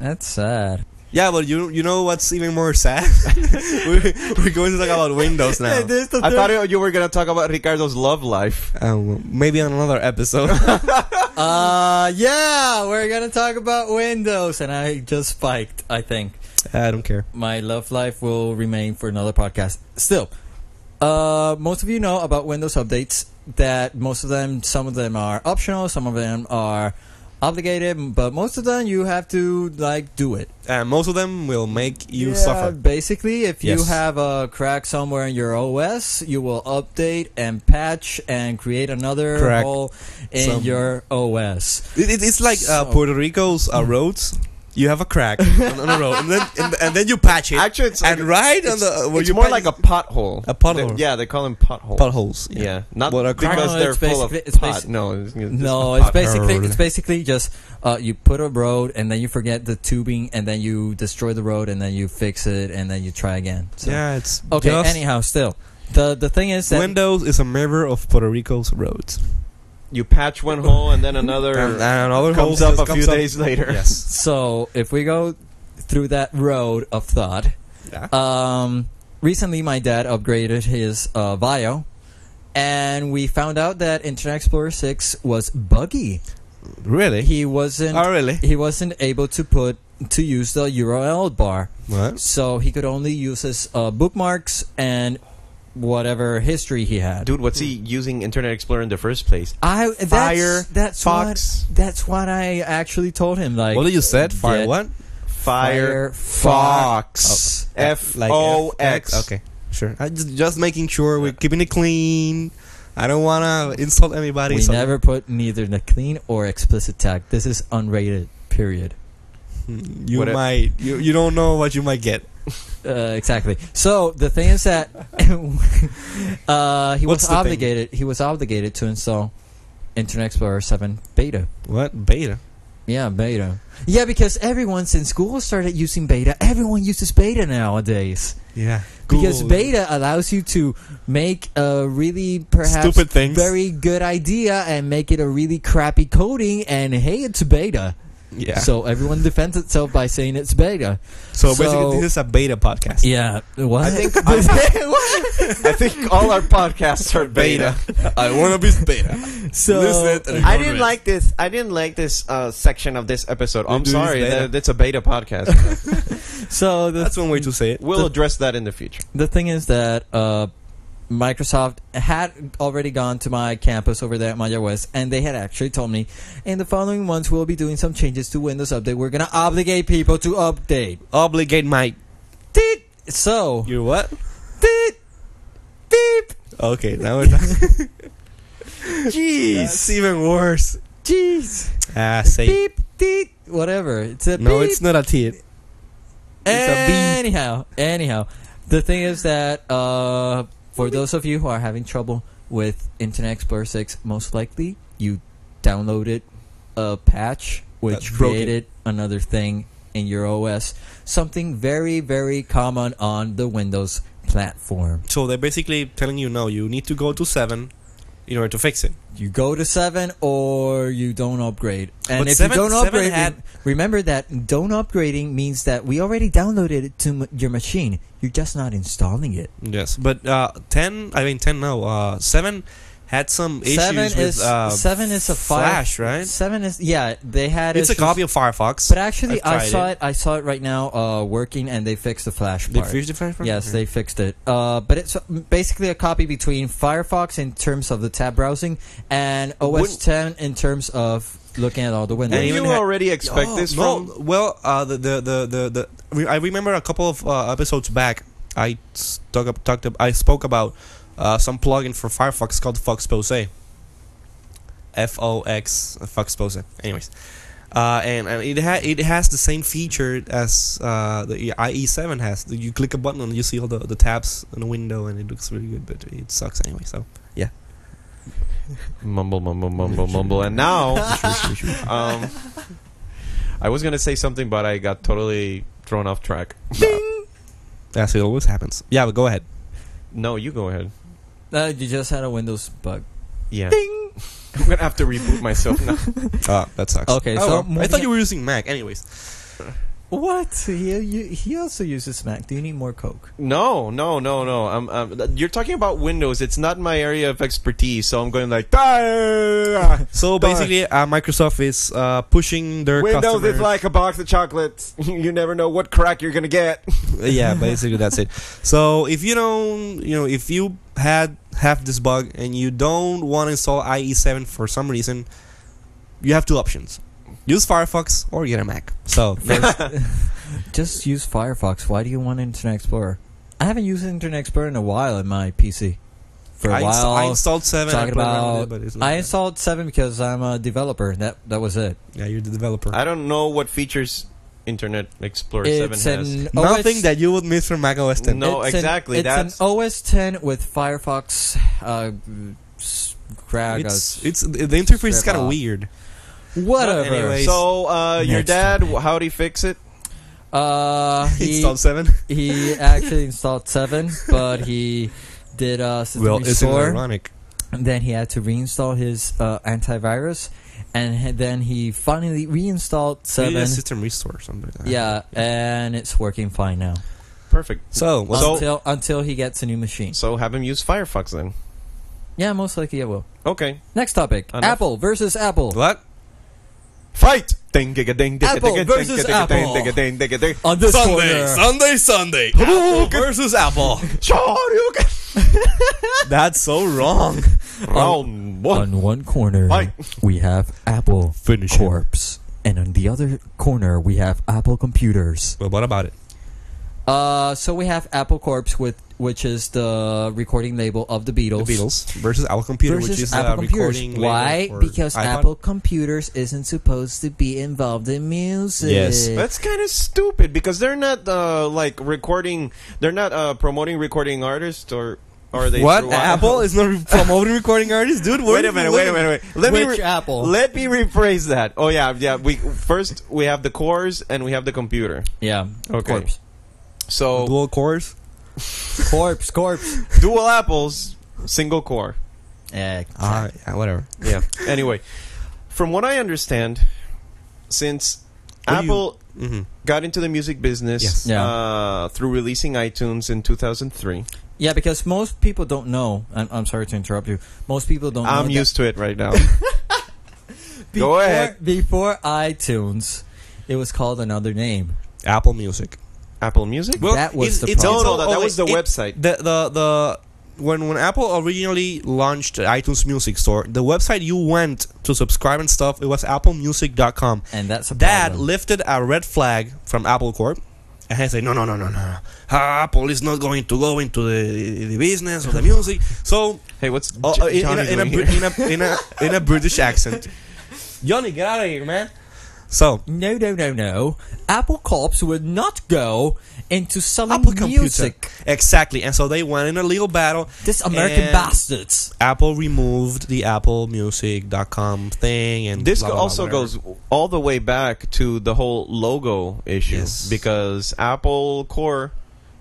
That's sad. yeah. But you you know what's even more sad? we're, we're going to talk about Windows now. I thought you- you were gonna talk about Ricardo's love life. Um, maybe on another episode. Uh, yeah, we're gonna talk about Windows, and I just spiked. I think I don't care. my love life will remain for another podcast. Still, uh, most of you know about Windows updates. That most of them, some of them are optional, some of them are obligated, but most of them you have to like do it. Uh, most of them will make you Yeah, suffer. Basically, if you Yes. have a crack somewhere in your OS, you will update and patch and create another Crack hole in some- your OS. It, it, it's like uh, So- Hmm. Puerto Rico's uh, roads. you have a crack on, on a road, and then and, and then you patch it. Actually, it's and like- right it's, on the uh, where it's you more patch like a it- pothole. A pothole. They- yeah, they call them potholes. potholes. Yeah. not What a crack. because No, they're it's full of basic- it's pot. basic- No, it's, it's No, not it's pot. basically road. it's basically just uh, you put a road and then you forget the tubing and then you destroy the road and then you fix it and then you try again. So. Yeah, it's Okay. just- anyhow, still the the thing is that Windows is a mirror of Puerto Rico's roads. you patch one hole and then another And, and another comes hole up just a comes few days later. Yes. so if we go through that road of thought, Yeah. um, recently my dad upgraded his uh, Vio, and we found out that Internet Explorer 6 was buggy. Really? He wasn't Oh, really? he wasn't able to put to use the URL bar. What? So he could only use his uh, bookmarks and whatever history he had. Dude, what's he using Internet Explorer in the first place? I that's, Fire, that's Fox. what that's what I actually told him. Like What did you said? Fire get what? Oh, Fire, Firefox. Fox, F O X. Okay, sure. I just just making sure we're keeping it clean. I don't wanna insult anybody. we so- never put neither the clean or explicit tag. This is unrated. Period. You What a- might. You, you don't know what you might get. Uh, exactly. So the thing is that uh, he What's the was thing? obligated. He was obligated to install Internet Explorer Seven Beta. What beta? Yeah, beta. Yeah, because everyone since Google started using beta, everyone uses beta nowadays. Yeah. Because beta allows you to make a really perhaps Stupid things. very good idea and make it a really crappy coding and hey, it's beta. Yeah. So, So everyone defends itself by saying it's beta. so- basically, this is a beta podcast. Yeah. What? I think I think all our podcasts are beta. I wanna be beta. so Listen and I ignore didn't it. like this. I didn't like this uh, section of this episode. I'm do this sorry. later. That, that's a beta podcast. so the That's one way to say it. we'll address that in the future. the thing is that uh, Microsoft had already gone to my campus over there at Maya West, and they had actually told me, in the following months we'll be doing some changes to Windows Update. We're gonna obligate people to update. Obligate my. Deet. So Your what? deet. Deep. Okay, now we're done. Jeez. It's even worse. Jeez. Ah, say. Beep. Deet. Whatever. It's a No, beep. it's not a T. It's a B. anyhow, anyhow, the thing is that uh, for those of you who are having trouble with Internet Explorer 6, most likely you downloaded a patch which That broke it. created another thing in your OS, something very, very common on the Windows platform. So they're basically telling you no, you need to go to seven in order to fix it. You go to seven or you don't upgrade. And But if seven- you don't seven upgrade, had- rem- remember that don't upgrading means that we already downloaded it to m- your machine. You're just not installing it. Yes, but uh, ten. I mean, ten now. Uh, seven had some issues Seven with is uh, seven is a fire- Flash, right? Seven is yeah. They had It's a issues- copy of Firefox. But actually, I've I tried saw it. I saw it right now uh, working, and they fixed the flash They part. fixed the Firefox. Yes, they fixed it. Uh, but it's basically a copy between Firefox in terms of the tab browsing and Wouldn't- OS 10 in terms of looking at all the windows. And Did even you had- already expect Oh, this no, from? Well, uh, the, the the the the re- I remember a couple of uh, episodes back. I s- talk, ab- talked ab- I spoke about uh, some plugin for Firefox called Foxpose. F O X Foxpose. Anyways, uh, and and it ha- it has the same feature as uh, the IE7 has. You click a button and you see all the, the tabs on the window, and it looks really good. But it sucks anyway. So Mumble, mumble, mumble, mumble, and now um, I was gonna say something, but I got totally thrown off track. as it always happens. Yeah, but go ahead. No, you go ahead. Uh, you just had a Windows bug. Yeah. I'm gonna have to reboot myself now. Uh, that sucks. Okay, so well, I moving thought you on- were using Mac. Anyways. What? He, you, he also uses Mac. Do you need more Coke? No, no, no, no. I'm, I'm, you're talking about Windows. It's not my area of expertise, so I'm going like. "Ah, So Darn. basically, uh, Microsoft is uh, pushing their customers. a box of chocolates. you never know what crack you're gonna get. Uh, yeah, basically that's it. So if you don't, you know, if you had have this bug and you don't want to install IE7 for some reason, you have two options: use Firefox or get a Mac. So Just use Firefox. Why do you want Internet Explorer? I haven't used Internet Explorer in a while in my PC. For a I, inst- while, I installed seven. I talking played around with about- it, but it's not I bad. installed seven because I'm a developer. That that was it. yeah, you're the developer. I don't know what features Internet Explorer It's 7 has. an OS, Nothing that you would miss from Mac OS X. No, it's exactly, An, it's that's- an OS 10 with Firefox. Uh, s- Grag It's, us. it's the interface is kind Strip of off. weird. whatever. anyway. Anyways. So, uh, your Next dad, topic. how'd he fix it? Uh, he Install seven. he actually installed seven, but he did uh system restore. ironic? And then he had to reinstall his uh, antivirus, and he- then he finally reinstalled We need a seven. system restore or something. Like that. Yeah, and it's working fine now. Perfect. So what's So- until until he gets a new machine. So, have him use Firefox then. Yeah, most likely it will. Okay. Next topic: Enough. Apple versus Apple. what? Fight! Ding, giga, ding, digga, Apple digga, versus digga, Apple. Ding, digga, ding, digga, ding. On this Sunday, corner, Sunday, Sunday. Apple versus Apple. Shoryuken! That's so wrong. Round one. on one corner Fight. we have Apple Finish Corpse, and on the other corner we have Apple Computers. Well, what about it? Uh, so we have Apple Corpse with which is the recording label of the Beatles. The Beatles versus Apple Computer, versus which is Apple uh, Computers. recording. label Why? for Because iPod. Apple Computers isn't supposed to be involved in music. Yes. That's kind of stupid because they're not uh, like recording. They're not uh, promoting recording artists, or are they? What? through- Apple is not promoting recording artists, dude. Where Wait do a you minute. live? Wait a minute. Wait. Let me. Which re- Apple? Let me rephrase that. Oh yeah, yeah. We first we have the cores and we have the computer. yeah. Okay. Corpse. So Dual cores. Corpse. Corpse. dual apples, single core. Eh, Ah, yeah, whatever. Yeah. anyway, from what I understand, since What do you- Apple Mm-hmm. got into the music business Yes. Yeah. uh, through releasing iTunes in 2003, yeah, because most people don't know. I'm, I'm sorry to interrupt you. Most people Oh, don't. I'm know used to it right now. That Go before, ahead. Before iTunes, it was called another name. Apple Music. Apple Music. That was the all- No, no, that, that oh, was the it- website. The the the when when Apple originally launched iTunes Music Store, the website you went to subscribe and stuff, it was applemusic.com. And that's a That problem. lifted a red flag from Apple Corp. And he said, no, no, no, no, no. Ah, Apple is not going to go into the, the business of the music. So, Hey, what's uh, uh, J- in, in, a, in, Johnny a, doing Brit- in, here? a, in, a, in a British accent. Johnny, get out of here, man. So, No, no, no, no. Apple Corps would not go into selling Apple Computer. music. Exactly. And so they went in a legal battle. This American And- bastards. Apple removed the applemusic.com thing and This blah, blah, blah, also whatever. goes all the way back to the whole logo issue Yes. because Apple Core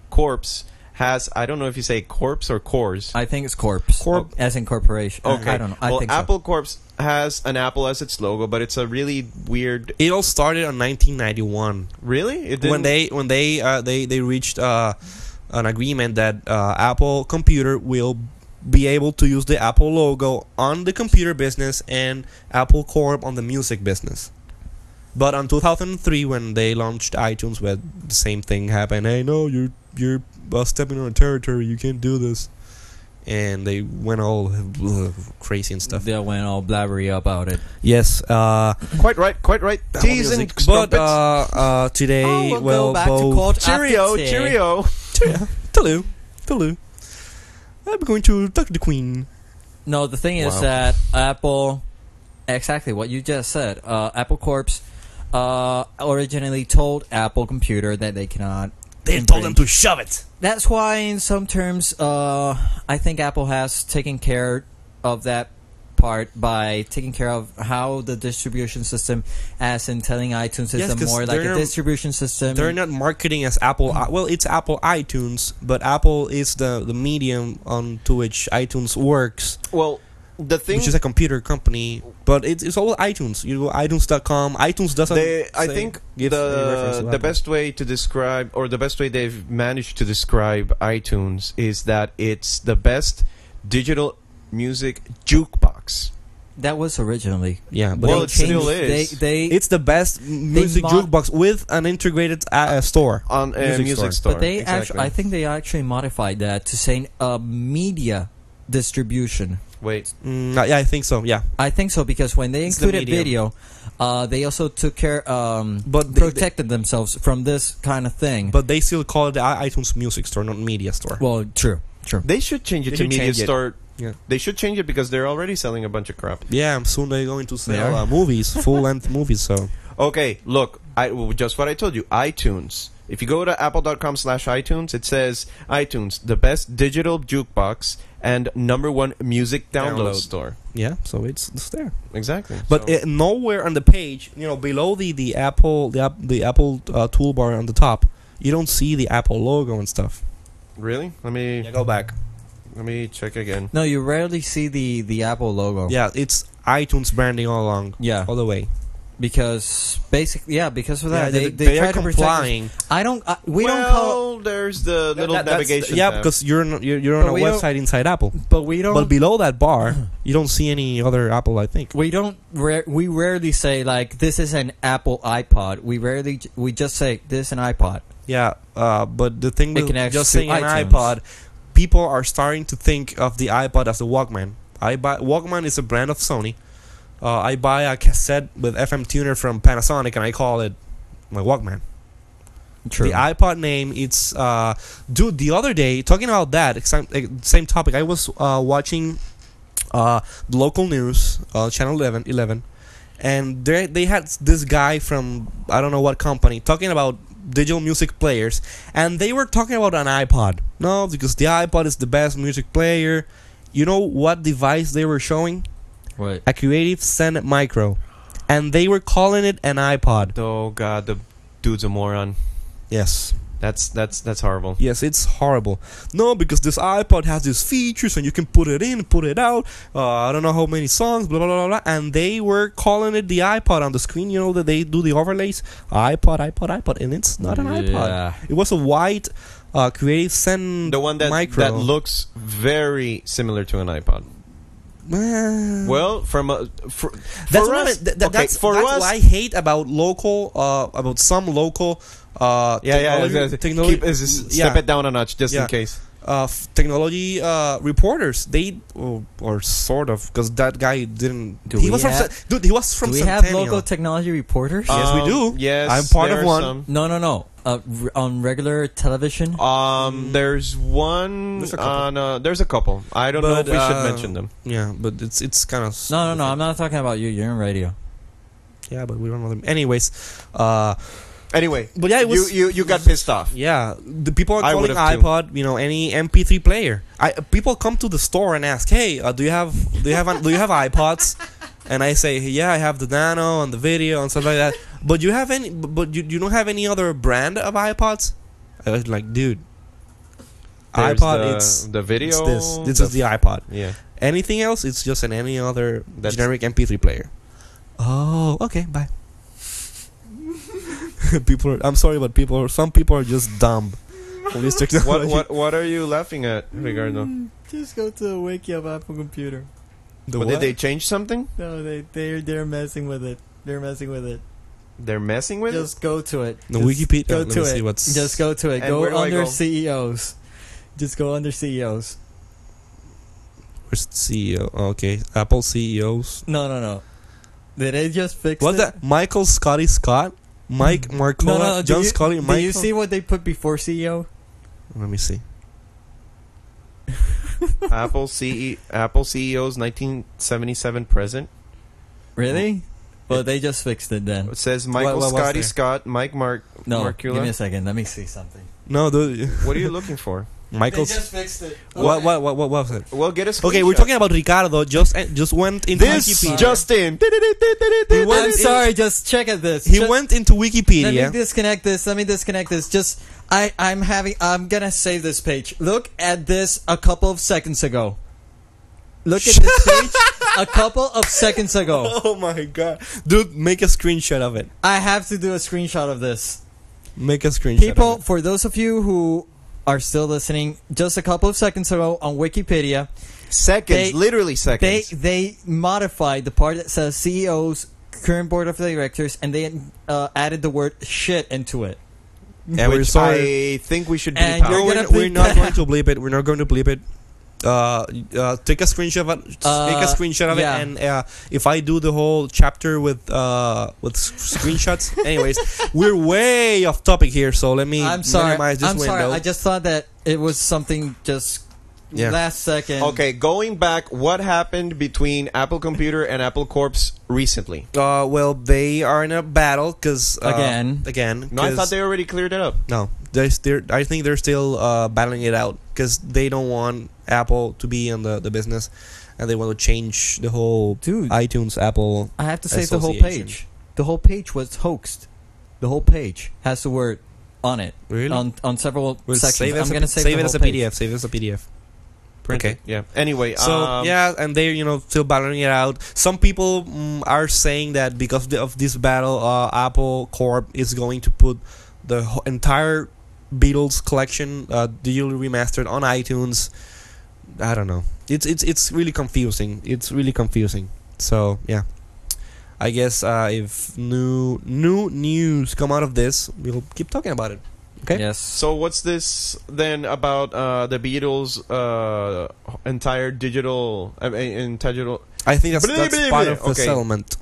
Corpse has I don't know if you say corpse or cores. I think it's corpse. Corp- as in corporation. I- okay, I, don't know. I well, think so. Apple Corpse has an apple as its logo, but it's a really weird. It all started in 1991 Really, it when didn't- they when they uh, they they reached uh, an agreement that uh, Apple computer will be able to use the Apple logo on the computer business and Apple Corp on the music business. But on 2003, when they launched iTunes, where the same thing happened. Hey, no, you're you're uh, stepping on territory. You can't do this. And they went all ugh, crazy and stuff. They went all blabbery about it. Yes. Uh, quite right, quite right. Teas and music. but trumpets. uh, uh, today, Oh, we'll well, go back to both- court cheerio, after tea. cheerio. Cheerio. Hello. Hello. I'm going to talk to the Queen. No, the thing is Wow. that Apple, exactly what you just said. Uh, Apple Corps uh, originally told Apple Computer that they cannot. infringe. to shove it. That's why, in some terms, uh, I think Apple has taken care of that part by taking care of how the distribution system, as in telling iTunes, is Yes, a 'cause more like they're- a distribution system. They're not marketing as Apple. i- Well, it's Apple iTunes, but Apple is the, the medium on to which iTunes works, Well, the thing which is a computer company. But it's it's all iTunes. You go iTunes.com. iTunes doesn't. They, I say- think give any reference to the the Apple. best way to describe, or the best way they've managed to describe iTunes is that it's the best digital music jukebox. that was originally. Yeah, but Well, They it still changed- is. They, they it's the best music mar- jukebox with an integrated uh, uh, store. On a Music music, store. store, But they Exactly. actually, I think they actually modified that to saying uh, media distribution. Wait, Mm, yeah, I think so. Yeah, I think so because when they It's the included media. video, uh, they also took care, um, But they- protected themselves from this kind of thing. but they still call it the i- iTunes Music Store, not Media Store. well, true, true. they should change it They to should media change it. store. Yeah. They should change it because they're already selling a bunch of crap. Yeah, soon they're going to They are? sell uh, movies, full length movies. So Okay, look, I well, just what I told you. iTunes. If you go to apple.com slash iTunes, it says iTunes, the best digital jukebox and number one music download, Download. store. Yeah, so it's, it's there. Exactly. But So- it, nowhere on the page, you know, below the the Apple the app- the Apple uh, toolbar on the top, you don't see the Apple logo and stuff. really? Let me Yeah, go back. let me check again. No, you rarely see the the Apple logo. Yeah, it's iTunes branding all along, Yeah, all the way. because basically, yeah, because of that, yeah, they, they, try to protect. us. I don't. I, we well, don't call, there's the little That- that's- navigation. Yeah, tab. because you're on, you're, you're on a But we don't- website inside Apple. but we don't. But below that bar, you don't see any other Apple. I think. we don't. Rare, we rarely say like this is an Apple iPod. We rarely. j- We just say this an iPod. Yeah, uh, but the thing It with connects just to saying an iTunes. iPod, people are starting to think of the iPod as the Walkman. iPod, Walkman is a brand of Sony. Uh, I buy a cassette with FM tuner from Panasonic, and I call it my Walkman. True. The iPod name, it's uh, dude. The other day, talking about that same, same topic, I was uh, watching uh, local news, uh, channel 11, 11 and they they had this guy from I don't know what company talking about digital music players, and they were talking about an iPod. No, because the iPod is the best music player. You know what device they were showing? What? A Creative Senate Micro, and they were calling it an iPod. Oh god, the dude's a moron. Yes. That's that's that's horrible. Yes, it's horrible. No, because this iPod has these features and you can put it in, put it out. Uh, I don't know how many songs, blah, blah, blah, blah. And they were calling it the iPod on the screen. You know that they do the overlays? iPod, iPod, iPod. And it's not an iPod. Yeah. It was a white uh, Creative Send The one that micro. that looks very similar to an iPod. Eh, Well, from a, for, that's for what I us, meant. Th- th- okay, that's, for that's us, what I hate about local, uh, about some local. Uh, yeah, yeah, technology- yeah, yeah. technology- Keep, is, is, yeah. step it down a notch just Yeah. in case. uh, f- technology uh, reporters. They or, or sort of because that guy didn't. Do he we was from have- Cen- dude. He was from do we have Centennial. local technology reporters? Yes, we do. Um, Yes, I'm part there of are one. some. no, no, no. Uh, r- on regular television. Um, there's Mm. one There's a couple. on. Uh, there's a couple. I don't know But, if we uh, should mention them. yeah, but it's it's kind of no, no, no. I'm not talking about you. You're on radio. Yeah, but we don't know them. Anyways, uh, Anyway, but yeah, it was you, you you got pissed off. yeah. The people are I calling would've too. iPod. You know, any MP3 player. I people come to the store and ask, "Hey, uh, do you have do you have an, do you have iPods?" And I say, "Yeah, I have the Nano and the video and stuff like that." But you have any? But you, you don't have any other brand of iPods? I was like, dude. There's iPod, the, it's the video. It's this. This the is the iPod. yeah. Anything else, it's just an any other That's- generic MP3 player. Oh, okay, bye. people, are, I'm sorry, but people, are, some people are just dumb. with this What technology. what what are you laughing at, Ricardo? Mm, Just go to the wiki of Apple Computer. The But what? did they change something? No, they they they're messing with it. They're messing with it. They're messing with it. Just go to it. The Just Wikipedia. Go let me to see it. what's- Just go to it. And where do go I under go? CEOs. Just go under E CEOs. Where's the CEO? E Okay, Apple E CEOs. No, no, no. Did they just fix What's that? it? Michael Scotty Scott, Mike Marcola, No, no. do John you, Scotty, do Michael. you see what they put before E CEO? Let me see. Apple CE Apple E CEO's 1977 present. Really? Mm-hmm. Well, they just fixed it then. It says Michael what was Scotty there? Scott, Mike Mark No, give me a Marcula. second. Let me see something. No, the What are you looking for? Michael. fixed it. What, what what what was it? Well, get us. Okay, we're talking about Ricardo. Just just went into this Wikipedia. Justin. He I'm went, sorry. Just check at this. he Just- went into Let me Wikipedia. disconnect this. Let me disconnect this. Just I I'm having I'm gonna save this page. Look at this a couple of seconds ago. Look at this page a couple of seconds ago. Oh my god, dude! Make a screenshot of it. I have to do a screenshot of this. Make a screenshot. People, of it. for those of you who are still listening, just a couple of seconds ago on Wikipedia, Seconds, They- literally they seconds. they modified the part that says CEOs, current board of directors, and they uh, added the word shit into it. and we're which sorry. I think we should And bleep you're No, out. we're, gonna we're bleep not that. going to bleep it. We're not going to bleep it. Uh, uh, take a screenshot. Of, it. Uh, take a screenshot of yeah. it, and uh, if I do the whole chapter with uh with s- screenshots, anyways, we're way off topic here. So let me I'm sorry. minimize this I'm window. sorry. I just thought that it was something just Yeah. last second. Okay, going back, what happened between Apple Computer and Apple Corpse recently? Uh, well, they are in a battle because uh, Again. again. No, I 'cause- thought they already cleared it up. No, they they're, I think they're still uh, battling it out because they don't want Apple to be in the, the business, and they want to change the whole dude, I, iTunes Apple. have to save the whole Association. page. The whole page was hoaxed. The whole page has the word on it Really? on on several Well, sections. save it as Um, I'm a- gonna save, the it whole as a page. PDF. Save it as a PDF. Print okay. it. Yeah. Anyway, So um, yeah, and they're you know still battling it out. Some people mm, are saying that because the- of this battle, uh, Apple Corp is going to put the ho- entire Beatles collection uh, digitally remastered on iTunes. I don't know. It's it's it's really confusing. It's really confusing. So yeah, I guess uh, if new new news come out of this, we'll keep talking about it. Okay. Yes. So what's this then about uh, the Beatles' uh, entire digital, I mean, in digital I think that's, Blee, that's blee, part blee. of the Okay. settlement.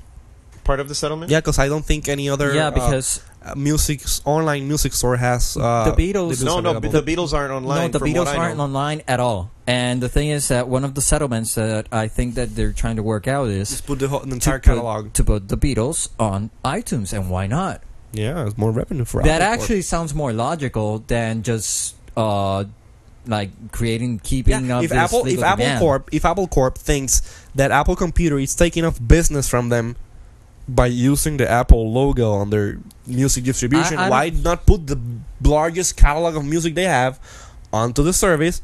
part of the settlement? Yeah, because I don't think any other yeah, uh, because uh, music online music store has uh, the Beatles. Beatles- No, no, available. the Beatles aren't online. no, the from Beatles what I aren't know. online at all. And the thing is that one of the settlements that I think that they're trying to work out is just put the, whole, the to entire put, catalog. to put the Beatles on iTunes, and why not? Yeah, it's more revenue for that Apple Corp. actually sounds more logical than just uh, like creating keeping Yeah, up. if this Apple if legal Apple demand. Corp if Apple Corp thinks that Apple Computer is taking off business from them by using the Apple logo on their music distribution, I- I why not put the largest catalog of music they have onto the service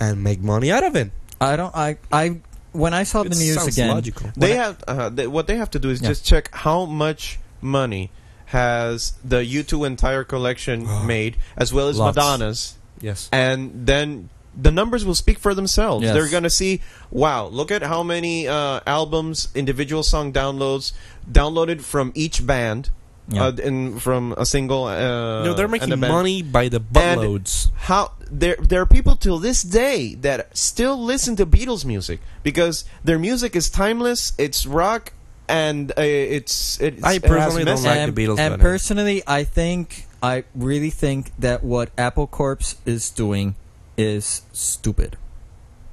and make money out of it? I don't. I I when I saw It the news sounds again, logical. They When have uh, they, what they have to do is Yeah. just check how much money has the U2 entire collection made, as well as Lots. Madonna's. Yes. and then the numbers will speak for themselves. Yes. They're going to see, wow, look at how many uh, albums, individual song downloads downloaded from each band, Yeah. uh, and from a single. Uh, no, they're and a making band. money by the And- buttloads. How there there are people till this day that still listen to Beatles music because their music is timeless. It's rock and uh, it's, it's I it has personally don't message. like and, the Beatles and better. personally, I think I really think that what Apple Corp's is doing is stupid.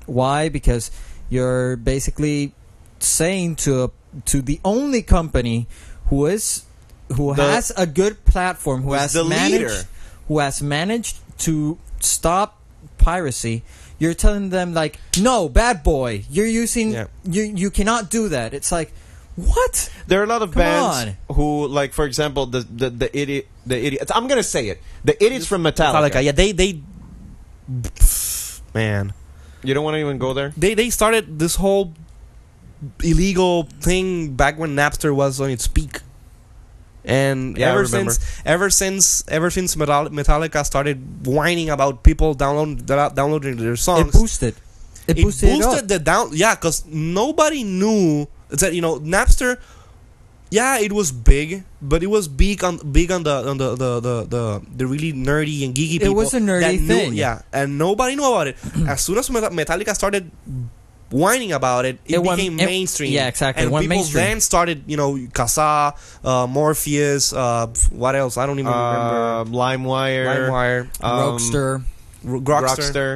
Why? Because you're basically saying to to the only company who is who The- has a good platform, who who's has the managed, leader. who has managed to stop piracy. You're telling them like, no, bad boy, you're using Yeah. you you cannot do that. It's like, what? There are a lot of Come bands who, like, for example, the the, the idiot, the idiot. I'm gonna say it. The idiots from Metallica. Metallica. Yeah, they they man. You don't want to even go there. They they started this whole illegal thing back when Napster was on its peak. And Yeah, I ever remember. since ever since ever since Metal- Metallica started whining about people download, downloading their songs, It boosted. It it boosted, boosted, it up. the down yeah because nobody knew that you know napster yeah it was big but it was big on big on the on the the the, the, the really nerdy and geeky It people was a nerdy that knew- thing. yeah and nobody knew about it as soon as Meta- metallica started whining about it it, It went- became it- mainstream yeah, exactly, it and went people mainstream. then started you know casa uh, morpheus uh, f- what else i don't even Uh, LimeWire, remember limewire um, Rockster. R- Rockster.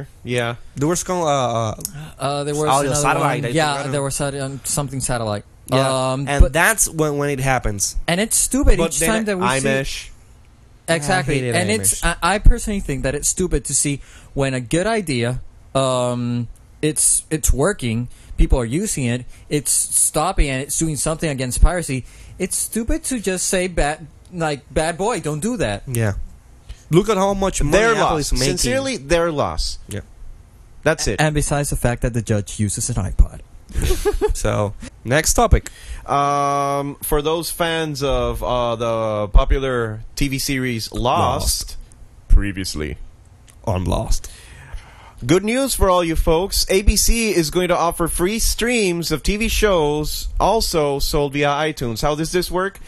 rockster, Yeah, there was called uh, uh, Uh, there was Audio another Satellite, I One. think, I Yeah, don't- there was sat- um, something satellite. yeah Um, and but, that's when when it happens and it's stupid but each then time that we see iMesh. I exactly. hated and Amish. it's I, I personally think that it's stupid to see when a good idea, um, it's it's working. People are using it. It's stopping and it's doing something against piracy. It's stupid to just say bad like bad boy, don't do that. Yeah. Look at how much money Their Apple is loss. making. Sincerely, their loss. Yeah. that's it. And besides the fact that the judge uses an iPod. So, next topic. Um, for those fans of uh, the popular TV series Lost, previously. On Lost. Good news for all you folks. ABC is going to offer free streams of TV shows also sold via iTunes. How does this work?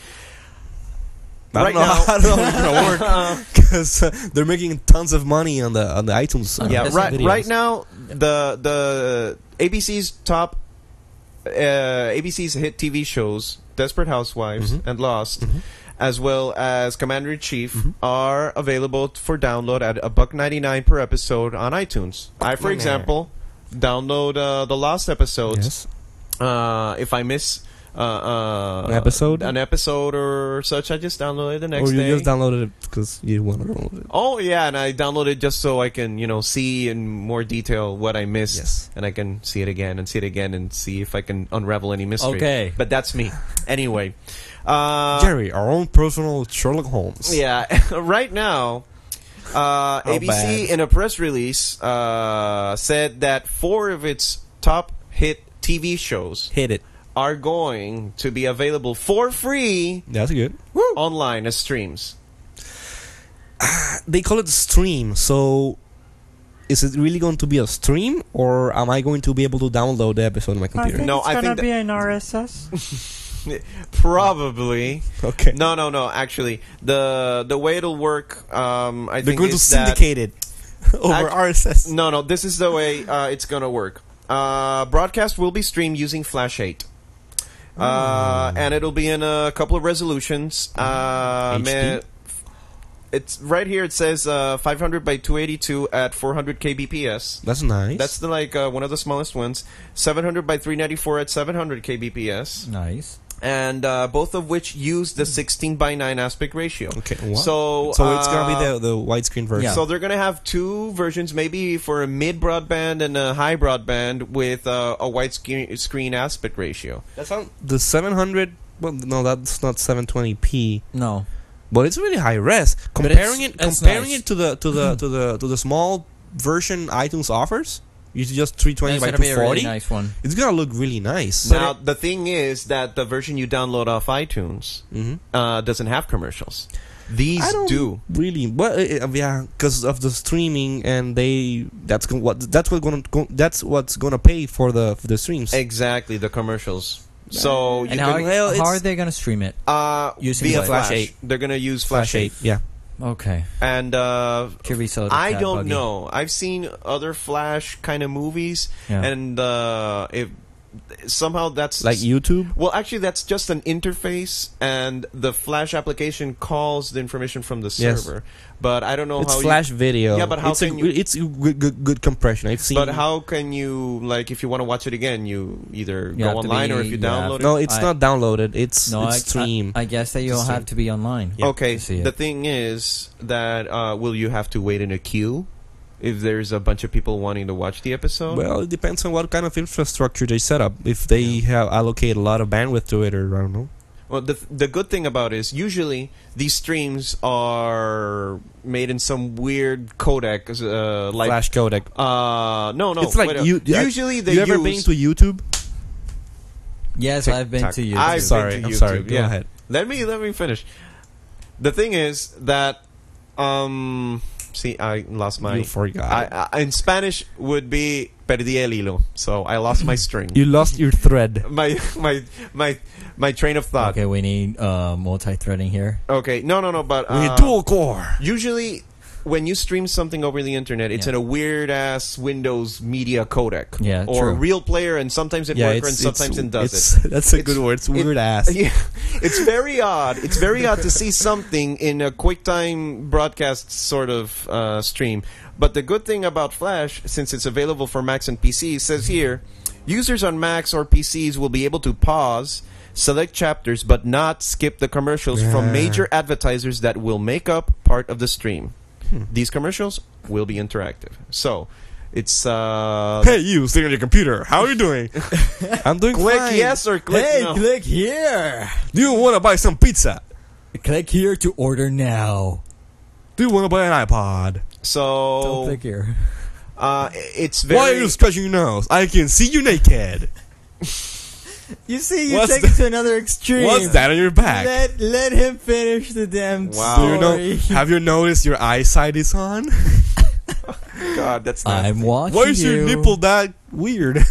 I Right don't know, now- I don't know how it's gonna work because they're making tons of money on the on the iTunes. uh, yeah, Yes, right. videos. Right now, the the ABC's top uh, ABC's hit TV shows, Desperate Housewives Mm-hmm. and Lost, as well as Commander in Chief, Mm-hmm. are available for download at a buck ninety nine per episode on iTunes. I, for Nah. example, download uh, the last episodes. Yes. Uh, if I miss uh, uh, An episode? an episode or such, I just download it the next or you day. just downloaded it because you want to download it. oh yeah, and I download it just so I can you know see in more detail what I missed, Yes. and I can see it again and see it again and see if I can unravel any mystery. Okay. but that's me anyway. Uh, Jerry, our own personal Sherlock Holmes. Yeah, right now, uh, ABC bad. in a press release uh, said that four of its top hit TV shows Hit it. are going to be available for free That's good. online as streams. They call it stream, so is it really going to be a stream or am I going to be able to download the episode on my I computer? think No, it's I gonna think that- be an RSS. Probably. Okay. No, no, no. Actually, the the way it'll work, um, I They're think going to is that- syndicate it over Act- RSS. No, no. This is the way uh, it's gonna work. Uh, broadcast will be streamed using Flash 8. Hmm. Uh, and it'll be in a couple of resolutions. Uh, HD? man, it's right here. It says uh, 500 by 282 at 400 kbps. That's nice. That's the, like uh, one of the smallest ones. 700 by 394 at 700 kbps, Nice. and uh, both of which use the 16 by 9 aspect ratio. okay. wow. So, so it's gonna be uh, the the widescreen version. Yeah. so they're going to have two versions, maybe for a mid broadband and a high broadband with uh, a wide sc- screen aspect ratio. the 700 well no that's not 720p No. but it's really high res But comparing it's- it it's comparing nice. it to the to the to the to the small version iTunes offers you just 320 That's by gonna be a 240 really nice one. it's gonna look really nice now, the thing is that the version you download off iTunes Mhm. uh, doesn't have commercials. These I don't do. really well uh, yeah because of the streaming and they that's gon- what that's what gonna go, that's what's gonna pay for the for the streams Exactly, the commercials. So you And how, can, well, how it's- are they going to stream it? uh, using via Flash 8. Flash, They're going to use Flash, Flash 8 yeah Okay. and uh, Curious how the I cat don't buggy. know. I've seen other Flash kind of movies, Yeah. and uh, if somehow that's like YouTube Well, actually, that's just an interface, and the Flash application calls the information from the Yes. server. But I don't know it's how. Flash video Yeah, but how it's a can you- gr- it's a good, good good compression I've You, seen but how can you like if you want to watch it again? You either You go have to online, or be- if you you have download it. to- no it's I- not downloaded it's No, it's I, stream I, I guess that you'll It's have to be online. okay. to see it. The thing is that uh, will you have to wait in a queue if there's a bunch of people wanting to watch the episode? Well, it depends on what kind of infrastructure they set up. If they have allocate a lot of bandwidth to it, or I don't know. Well, the the good thing about it is usually these streams are made in some weird codec, uh, like Flash codec. Uh, no, no. It's like wait a- you- yeah, usually they you ever use. been to YouTube? Yes, I've been Tac- to you. I've been sorry, to I'm YouTube, sorry. Go yeah. ahead. let me let me finish. The thing is that um, see, I lost my. you forgot. I, I, in Spanish would be perdí el hilo, so I lost my string. you lost your thread. my my my my train of thought. Okay, Okay, we need uh, multi-threading here. no, no, no. But We need uh, dual core. usually when you stream something over the internet, it's Yeah. in a weird ass Windows media codec. Yeah, or true. real player, and sometimes it Yeah, works, it's, and sometimes it's, it doesn't. it's- That's a It's- good word. It's it- weird ass. Yeah, it's very odd. It's very odd to see something in a QuickTime broadcast sort of uh, stream. But the good thing about Flash, since it's available for Macs and PCs, says here users on Macs or PCs will be able to pause, select chapters, but not skip the commercials from Yeah. major advertisers that will make up part of the stream. Hmm. These commercials will be interactive. So. It's uh Hey, you sitting on your computer. How are you doing? I'm doing click fine. yes or click no. click here. Do you want to buy some pizza? Click here to order now. Do you want to buy an iPod? Oh. Don't So click here. uh, it's very Why are you scratching your nose? I can see you naked. You see, you What's take it to another extreme. What's that on your back? let him finish the damn Wow. Do you know? Have you noticed your eyesight is on? God, that's not. I'm watching Why is you. your nipple that weird?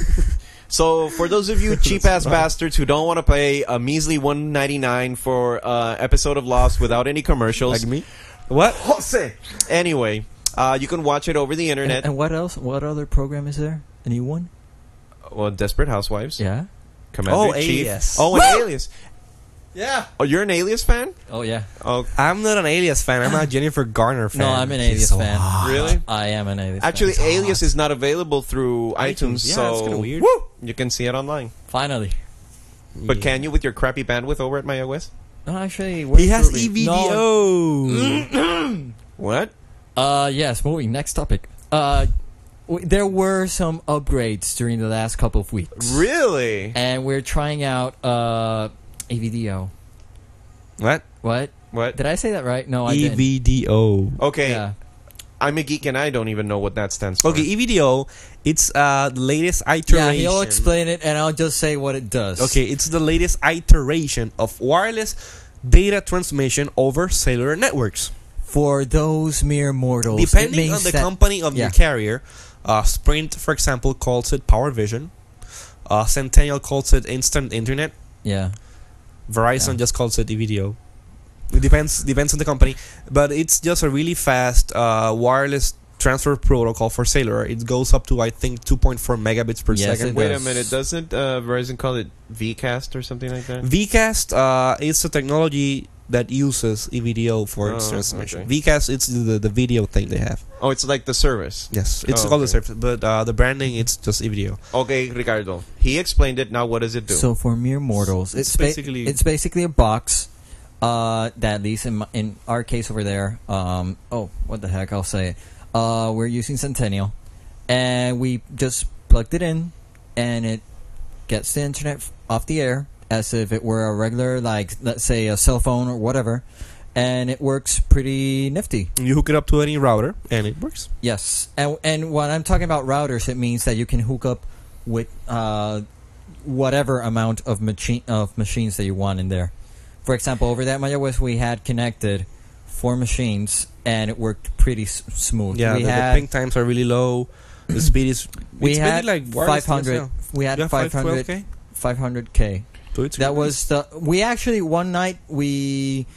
So for those of you cheap ass bastards who don't want to pay a measly one ninety nine for uh, episode of Lost without any commercials, me? What? Jose. Anyway, uh, you can watch it over the And, internet. and what else? What other program is there? A new one? well, Desperate Housewives, Yeah. Commander Oh, in Chief, Alias. oh, and Alias, Yeah. Oh, you're an Alias fan? Oh yeah. Oh, I'm not an Alias fan. I'm a Jennifer Garner fan. No, I'm an She's Alias so fan. hot. really? I am an alias. fan. Actually, Alias is not available through iTunes, iTunes, yeah, so that's kinda weird. Woo! you can see it online. finally. But can you with your crappy bandwidth over at my OS? No, Mm. actually, He has E EVDO. EVDO. What? Uh, yes, moving. Next topic. Uh, w- there were some upgrades during the last couple of weeks. Really? And we're trying out uh, AVDO. What? E What? What? Did I say that right? No, I didn't. EVDO. Okay, Yeah. I'm a geek and I don't even know what that stands for. Okay, E EVDO. It's uh the latest yeah, iteration. he'll explain it, and I'll just say what it does. Okay, it's the latest iteration of wireless data transmission over cellular networks. For those mere mortals, Oh, it Depending means on the that- company of your yeah. carrier, uh, Sprint, for example, calls it Power Vision. Uh, Centennial calls it Instant Internet. Yeah. Verizon Yeah. just calls it eVideo. It depends depends on the company, but it's just a really fast uh, wireless transfer protocol for cellular. It goes up to I think 2.4 megabits per Yes, second. it- Wait a does. minute, doesn't uh, Verizon call it VCast or something like that? Vcast uh, is a technology that uses E eVideo for its Oh, transmission. okay. Vcast it's the, the video thing they have. Oh, it's like the service. Yes, it's Oh, called the okay. service, but uh, the branding it's just eVideo. Okay, Ricardo. He explained it. Now, what does it do? So for mere mortals, It's it's, ba- basically- it's basically a box uh, that, at least in, my, in our case over there, um, oh what the heck, I'll say it. Uh, we're using Centennial, and we just plugged it in, and it gets the internet f- off the air as if it were a regular, like let's say a cell phone or whatever, and it works pretty nifty. You hook it up to any router and it works. Yes, and and when I'm talking about routers, it means that you can hook up with uh, whatever amount of machine of machines that you want in there. For example, over that Maya West, we had connected four machines, and it worked pretty s- smooth. Yeah, we the, had the ping times are really low. The speed is we it's had really like wireless 500. We DSL. You had have 500 512K? 500k. So it's That really was the we actually one night we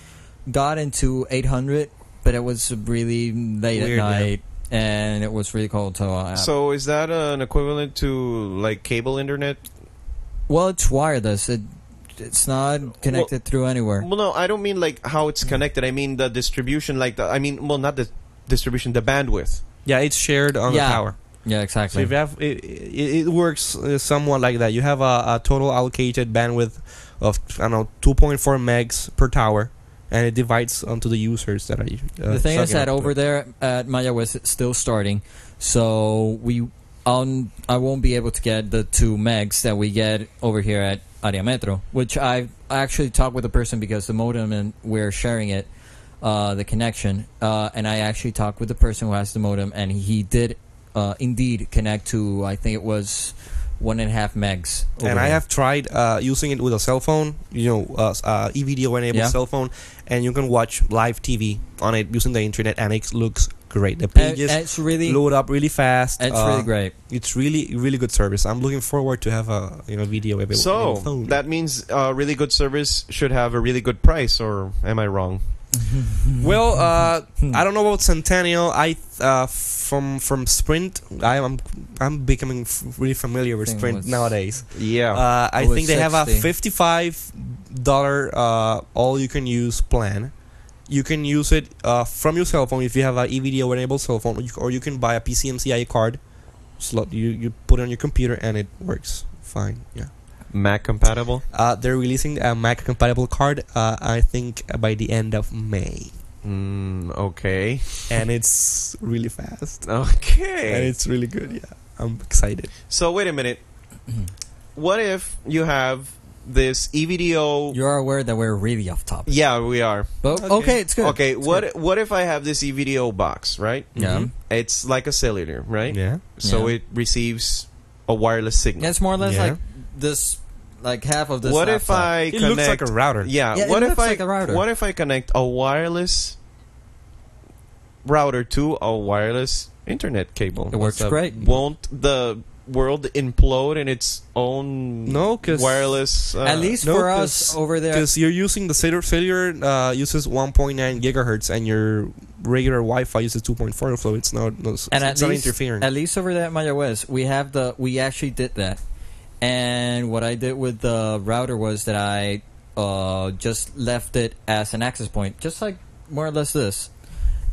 got into 800, but it was really late Weird, at yeah. night, and it was really cold. So, I, So is that an equivalent to like cable internet? Well, it's wireless. It it's not connected through anywhere. Well, no, I don't mean like how it's connected. I mean the distribution, like the. I mean, well, not the distribution, the bandwidth. Yeah, it's shared on Yeah. the tower. Yeah, So exactly. if you have, it, it, it works uh, somewhat like that. You have a, a total allocated bandwidth of I don't know 2.4 megs per tower, and it divides onto the users that are. Uh, the thing is sucking that up to over it. there at Maya West, it's still starting, so we on I won't be able to get the two megs that we get over here at Aria Metro, which I I actually talked with the person because the modem and we're sharing it, uh, the connection, uh, and I actually talked with the person who has the modem, and he did uh, indeed connect to I think it was one and a half megs. over and I there. have tried uh, using it with a cell phone, you know, uh, uh, eVideo enabled Yeah. cell phone, and you can watch live TV on it using the internet, and it looks great. The pages And- and it's really load up really fast. It's uh, really great. It's really really good service. I'm looking forward to have a you know video available. on the So phone. that means uh, really good service should have a really good price, or am I wrong? Well, uh, Hmm. I don't know about Centennial. I uh, from from Sprint. I am I'm becoming f- really familiar with Thing Sprint was- Oh. nowadays. Yeah. Uh, I It was think they have a 60. fifty-five dollar uh, all you can use plan. You can use it uh, from your cell phone if you have an eVideo enabled cell phone, or you, or you can buy a PCMCIA card slot. You you put it on your computer and it works fine. Yeah. Mac compatible. Uh, they're releasing a Mac compatible card. Uh, I think by the end of May. Mm, okay. and it's really fast and Okay. it's really good yeah i'm excited So wait a minute. what if you have this E EVDO? You are aware that we're really off topic. yeah, we are. But Okay. okay, it's good. okay. It's What good. what if I have this E EVDO box, right? Yeah. Mhm. It's like a cellular, right? yeah So Yeah. it receives a wireless signal. Yeah, it's more or less Yeah. like this, like half of this. what if laptop. I it connect? looks like a router yeah, Yeah, it What if looks I like a router. what if I connect a wireless router to a wireless internet cable? It works What's up? great. Won't the world implode in its own No, 'cause- wireless? Uh, At least no, for 'cause- us over there. because you're using the cellular, cellular uh, uses 1.9 gigahertz and your regular wi-fi uses 2.4 so it's not no, it's And at it's not least- interfering At least over there at Maya West, we have the we actually did that. And what I did with the router was that I uh, just left it as an access point, just like more or less this.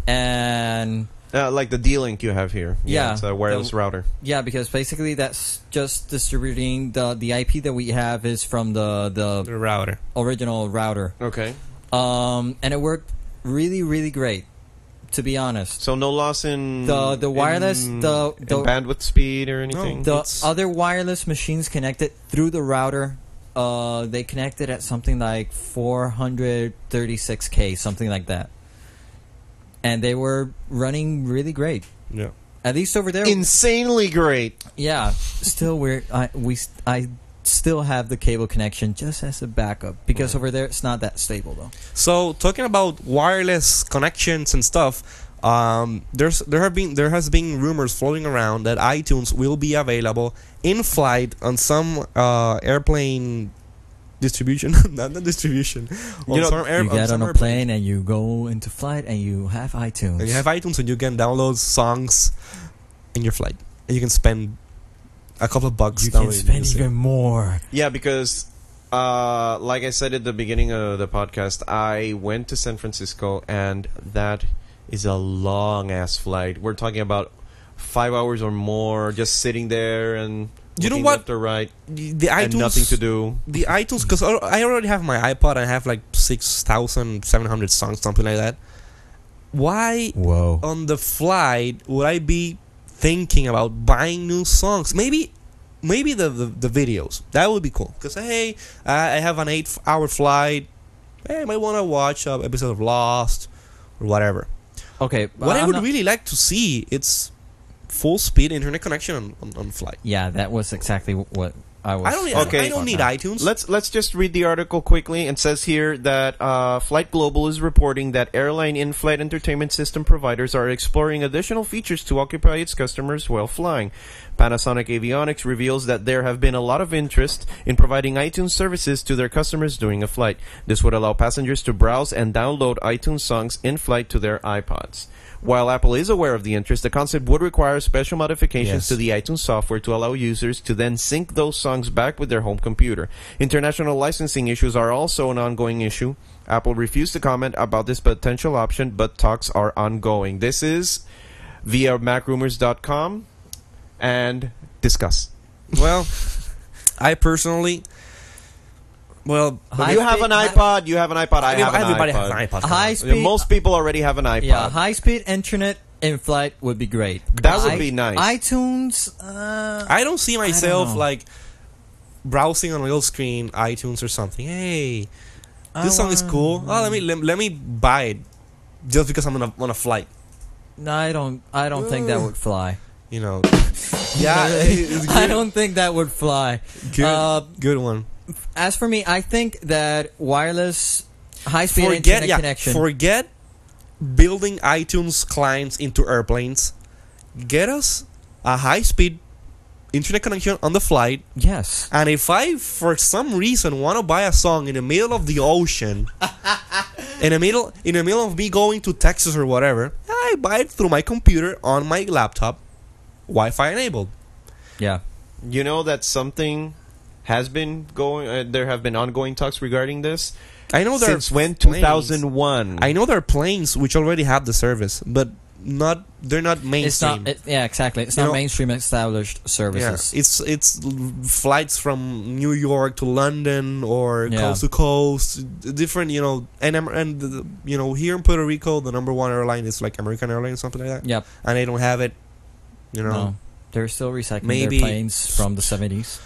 And Uh, like the D-Link you have here. Yeah. it's a wireless The- router. yeah, because basically that's just distributing the the IP that we have is from the the The router. original router, Okay. um, and it worked really really great. To be honest, So no loss in The- the wireless- in- the- in the- bandwidth speed or anything. the It's- other wireless machines connected through the router. Uh, they connected at something like 436k, something like that, and they were running really great. Yeah. At least over there, Insanely great. yeah. Still, we're I we s- I still have the cable connection just as a backup because over there it's not that stable though. So talking about wireless connections and stuff, um, there's there have been there has been rumors floating around that iTunes will be available in flight on some uh, airplane distribution, not the distribution. On You know, some air- you get some on a airplane. plane and you go into flight and you have iTunes. And you have iTunes, and you can download songs in your flight, and you can spend a couple of bucks. you can downloading spend music. even more. Yeah, because uh, like I said at the beginning of the podcast, I went to San Francisco, and that is a long ass flight. We're talking about five hours or more, just sitting there and You know looking what? left or right, the iTunes and nothing to do. the iTunes because I already have my iPod. I have like six thousand seven hundred songs, something like that. Why Whoa. on the flight would I be thinking about buying new songs? Maybe, maybe the the, the videos that would be cool. Cause hey, I, I have an eight hour flight. Hey, I might want to watch an episode of Lost or whatever. Oh. Okay. what I I'm would not- really like to see it's full speed internet connection on, on, on flight. Yeah, that was exactly wh- what I was. I don't. Okay. I don't need iTunes. Let's let's just read the article quickly. It says here that uh, Flight Global is reporting that airline in-flight entertainment system providers are exploring additional features to occupy its customers while flying. Panasonic Avionics reveals that there have been a lot of interest in providing iTunes services to their customers during a flight. This would allow passengers to browse and download iTunes songs in flight to their iPods. While Apple is aware of the interest, the concept would require special modifications Yes. to the iTunes software to allow users to then sync those songs back with their home computer. International licensing issues are also an ongoing issue. Apple refused to comment about this potential option, but talks are ongoing. This is via macrumors.com and discuss. Well, I personally, well, Hi- you have an hi- iPod. You have an iPod. I have an everybody iPod. has an iPod. High Yeah, speed. Most people already have an iPod. yeah, high speed internet in flight would be great. That But would i- be nice. iTunes. Uh, I don't see myself know. like browsing on a little screen, iTunes or something. Hey, I this song is wanna- cool. Oh, let me let, let me buy it just because I'm on a on a flight. No, I don't. I don't think that would fly. You know, Uh. yeah, it's good, I don't think that would fly. good, uh, good one. As for me, I think that wireless high speed Forget internet yeah, connection. forget building iTunes clients into airplanes. Get us a high speed internet connection on the flight yes. And if I, for some reason, want to buy a song in the middle of the ocean, in the middle, in the middle of me going to Texas or whatever, I buy it through my computer on my laptop, Wi-Fi enabled. Yeah. You know that something has been going. Uh, there have been ongoing talks regarding this I know there since are, when? Two planes. thousand one. I know there are planes which already have the service, but not they're not mainstream. It's not. It, yeah, exactly. It's You not know- mainstream established services. Yeah, it's it's l- flights from New York to London or Yeah. coast to coast, d- different you know, and I'm- and the- the- you know here in Puerto Rico the number one airline is like American Airlines something like that, Yep. and they don't have it, you know, No. They're still recycling Maybe- their planes from the seventies.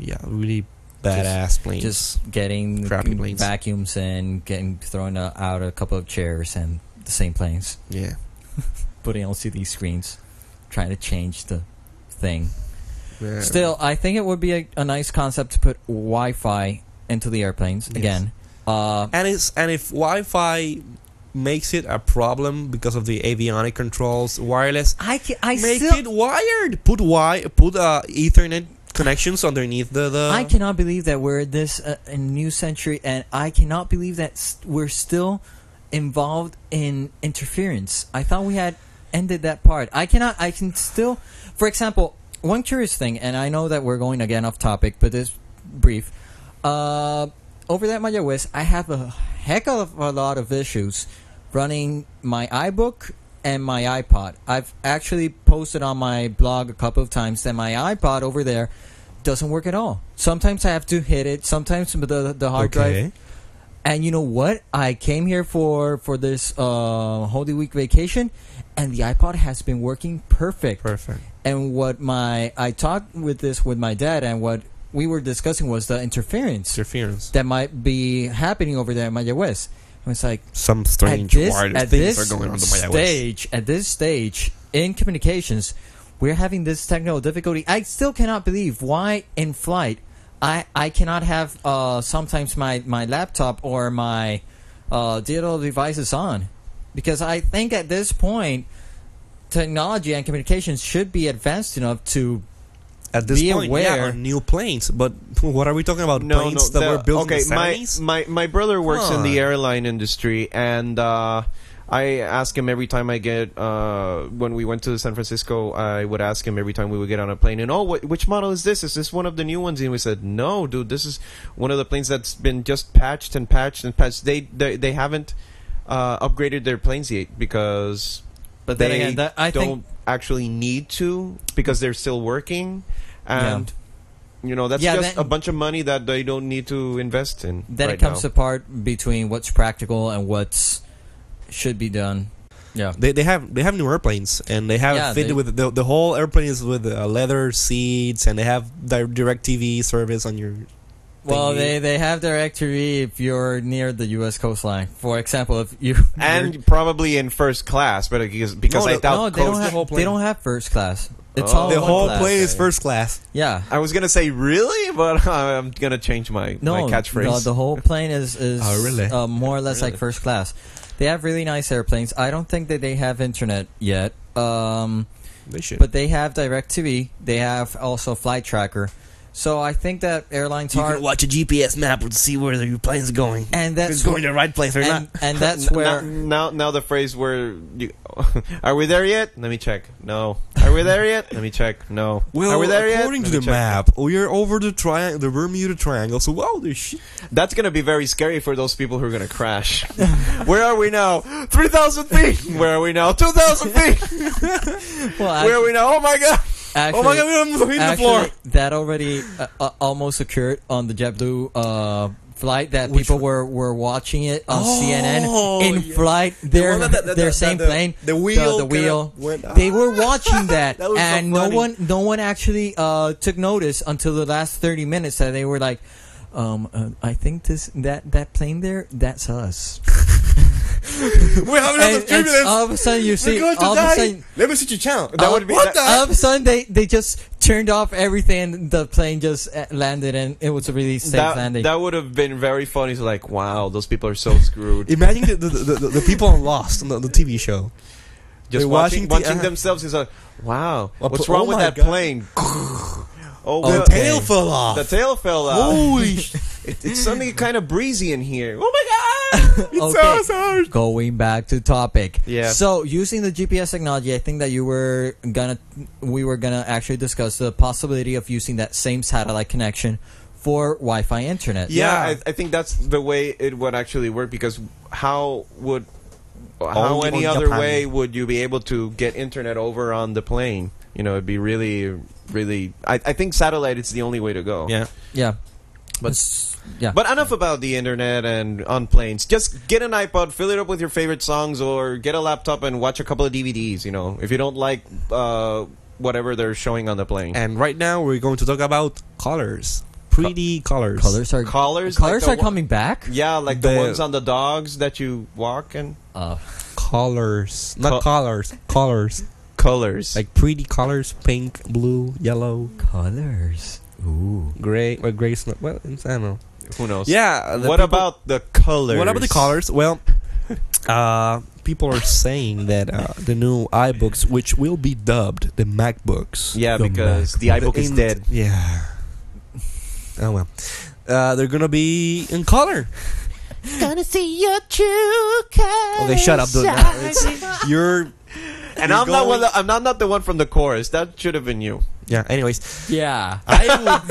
yeah, really badass planes. just getting Crappy mm, planes. vacuums and getting thrown uh, out a couple of chairs and the same planes, yeah, putting on CD screens, trying to change the thing. Yeah. Still, I think it would be a, a nice concept to put Wi-Fi into the airplanes Yes. again. Uh, and it's and if Wi-Fi makes it a problem because of the avionic controls, wireless. I ca- I make still it wired. Put wi put uh, Ethernet connections underneath the the. I cannot believe that we're this uh, a new century, and I cannot believe that st- we're still involved in interference. I thought we had ended that part. I cannot. I can still, for example, one curious thing, and I know that we're going again off topic, but this brief. Uh, over there at my West, I have a heck of a lot of issues running my iBook and my iPod. I've actually posted on my blog a couple of times that my iPod over there doesn't work at all. Sometimes I have to hit it. Sometimes the the hard drive and you know what? I came here for for this uh, Holy Week vacation, and the iPod has been working perfect. Perfect. And what my I talked with this with my dad, and what we were discussing was the interference Interference. that might be happening over there in Maya West. I was like, Some at strange this, wild at things this are going on to my iOS. stage, at this stage in communications, we're having this technical difficulty. I still cannot believe why in flight I I cannot have uh, sometimes my my laptop or my uh, digital devices on because I think at this point technology and communications should be advanced enough to At this be point, yeah, aware. on new planes. But what are we talking about? No, no, planes that the- were built okay, in the my, 70s? my my brother works in on. the airline industry, and uh, I ask him every time I get uh, when we went to San Francisco. I would ask him every time we would get on a plane, and oh, wh- which model is this? Is this one of the new ones? And we said, no, dude, this is one of the planes that's been just patched and patched and patched. They they, they haven't uh, upgraded their planes yet because But they then again, that- I don't think- actually need to because they're still working Yeah. and. You know, that's Yeah, just that- a bunch of money that they don't need to invest in. then right it comes now. apart between what's practical and what's should be done. Yeah. They, they have they have new airplanes and they have Yeah, fitted they- with the, the whole airplane is with uh, leather seats and they have di- direct TV service on your Well, thingy. they, they have direct TV if you're near the U.S. coastline. For example, if you and probably in first class, but because, because No, no, I doubt no, they don't coach- have they don't have first class. It's Oh. all the one whole class. plane is first class. Yeah, I was gonna say really, but I'm gonna change my, no my catchphrase. no, the whole plane is is Oh, really? uh, more or less Really? like first class. They have really nice airplanes. I don't think that they have internet yet. Um, They should. but they have direct TV. They have also flight tracker. So I think that airlines are watch a GPS map to see where your plane's going. and that's wh- to the right place or and, and N- now, that's where now now the phrase where you are we there yet? Let me check. No. Are we there yet? Let me check. No. Well, are we there yet? according Let to me the check. map, we are over the tri- the Bermuda Triangle. So wow, this shit. That's gonna be very scary for those people who are gonna crash. Where are we now? Three thousand feet. Where are we now? Two thousand feet. well, Where are we now? Oh my god. actually, oh my god. We're on the- hitting the actually, floor. That already uh, uh, almost occurred on the JetBlue uh, flight that people were, were watching it on CNN in Oh, yeah. flight. Their one that- that- that- their that- same the- plane, the wheel the, kinda wheel. went up. They were watching that, That was so and no funny. one no one actually uh, took notice until the last thirty minutes that they were like. Um, uh, I think this that that plane there, that's us. We're having And, another and turbulence. all of a sudden, you see, We're going to all of die. a sudden, Let me switch your channel. That Uh, would be what that- all of a sudden they, they just turned off everything and the plane just uh, landed and it was a really safe landing That, that would have been very funny. So like, wow, those people are so screwed. Imagine the, the, the, the, the people on Lost on the, the TV show. Just They're watching, watching the- watching uh, themselves is like, wow, A what's pl- wrong oh with my that God. plane? oh, The well, tail fell off. the tail fell out. Holy! sh- It, it's suddenly kind of breezy in here. Oh my god! It's Okay. so hard. going back to topic Yeah. so using the gps technology i think that you were gonna we were gonna actually discuss the possibility of using that same satellite connection for wi-fi internet Yeah, Yeah. I, I think that's the way it would actually work because how would how Only any on other Japan. way would you be able to get internet over on the plane? You know, it'd be really, really. I, I think satellite is the only way to go. Yeah. yeah But- It's- yeah But enough about the internet and on planes. Just get an iPod, fill it up with your favorite songs, or get a laptop and watch a couple of DVDs. You know, if you don't like uh, whatever they're showing on the plane. And right now we're going to talk about colors, pretty colors. colors are Collars, colors like the one- are coming back Yeah, like the, The- ones on the dogs that you walk and uh, colors, not Co- colors, colors colors. Like like pretty colors, pink, blue, yellow, colors ooh gray. Well, gray's not. Well, it's- I don't know. who knows? Yeah. What about the colors? What about the colors? Well, uh, people are saying that uh, the new iBooks, which will be dubbed the MacBooks, Yeah, The because the iBook is in- dead. Yeah. Oh well. Uh, they're gonna be in color. Gonna see your true colors. Oh, Okay, shut up, dude. Now it's- You're And You're I'm not, going- one, of the- I'm not, not the one from the chorus. That should have been you. Yeah. Anyways, Yeah. I would,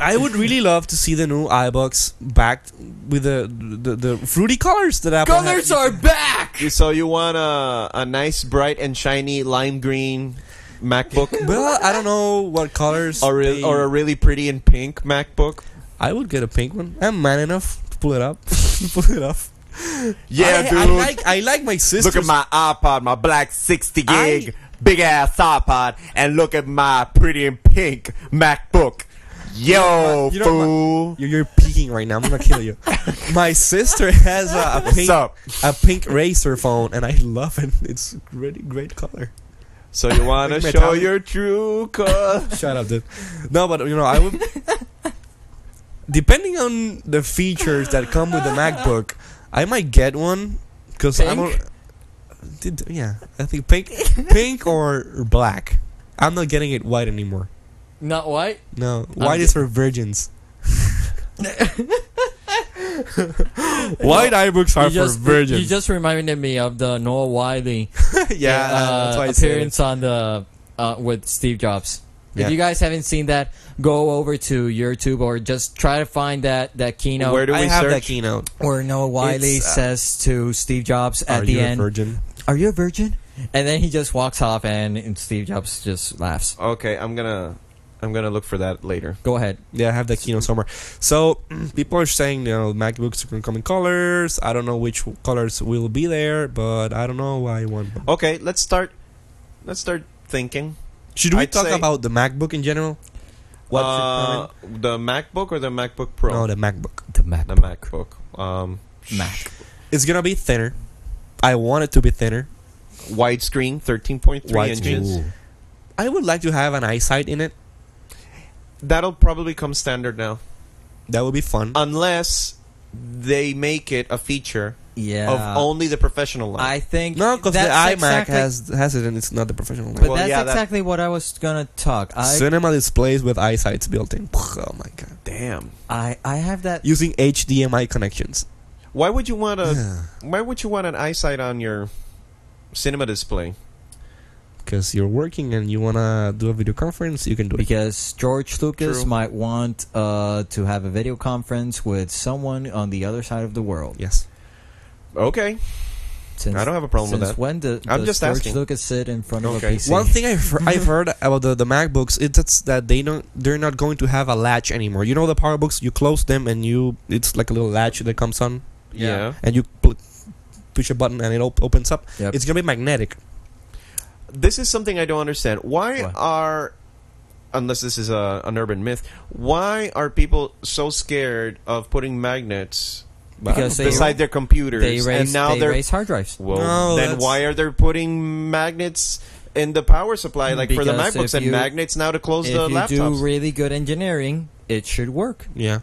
I would really love to see the new iBox backed with the the, the fruity colors that Apple had. Colors are back. You- So you want a, a nice, bright, and shiny lime green MacBook? Well, I don't know what colors. or, re- they- or a really pretty and pink MacBook? I would get a pink one. I'm man enough to pull it up. pull it off. Yeah, I, dude. I like I like my sisters. Look at my iPod, my black 60 I- gig, big ass iPod, and look at my pretty and pink MacBook. Yo, You know what- fool. You're, you're peeking right now. I'm gonna kill you. my sister has a, a What's pink up? a pink racer phone, and I love it. It's really great color. So you want to Like show metallic. your true color? Shut up, dude. No, but you know, I would. depending on the features that come with the MacBook, I might get one because I Pink? don't. Did, yeah, I think pink, pink or black. I'm not getting it white anymore. Not white. No, white is for virgins. white iBooks you just you just reminded me of the Noah Wiley yeah, uh, that's why I said it. appearance on the uh, with Steve Jobs. Yeah. If you guys haven't seen that, go over to YouTube or just try to find that that keynote Where do I we have that search? keynote. where Noah Wiley It's, uh, says to Steve Jobs at Are the you end, a virgin? "Are you a virgin?" And then he just walks off, and, and Steve Jobs just laughs. Okay, I'm gonna I'm gonna look for that later. Go ahead. Yeah, I have that keynote somewhere. So people are saying, you know, MacBooks can come in colors. I don't know which colors will be there, but I don't know why I want. One. Okay, let's start. Let's start thinking. Should we I'd talk say- about the MacBook in general? What should Uh, come the MacBook or the MacBook in? Pro? No, the MacBook. The Mac. the MacBook. Um, Mac. It's gonna be thinner. I want it to be thinner. widescreen, 13.3 Widescreen. inches. I would like to have an eyesight in it. That'll probably come standard now, That would be fun. unless they make it a feature Yeah. of only the professional line. I think no, because the iMac that's exactly- has has it, and it's not the professional. But Well, that's yeah, that- exactly what I was gonna talk. I Cinema displays with eyesights built in. Oh my god! Damn. I I have that. Using HDMI connections. Why would you want a? Yeah. Why would you want an eyesight on your cinema display? because you're working and you wanna do a video conference, you can do it. Because George True. Lucas might want uh, to have a video conference with someone on the other side of the world. Yes. Okay, Since, I don't have a problem with that. since when do, I'm does just George asking. Lucas sit in front of a Okay. PC? One thing I've, heard- I've heard about the, the MacBooks it's that's that they don't they're not going to have a latch anymore. You know the PowerBooks, you close them and you it's like a little latch that comes on Yeah. and you pl- push a button and it op- opens up. Yep. It's gonna be magnetic. This is something I don't understand. Why What? are, unless this is a, an urban myth, why are people so scared of putting magnets Because they- beside their computers? they erase, and now they are erase hard drives. Well, No, then that's- why are they putting magnets in the power supply, like for the Because MacBooks, if and you- magnets now to close If the you do laptops? really good engineering, it should work. yeah.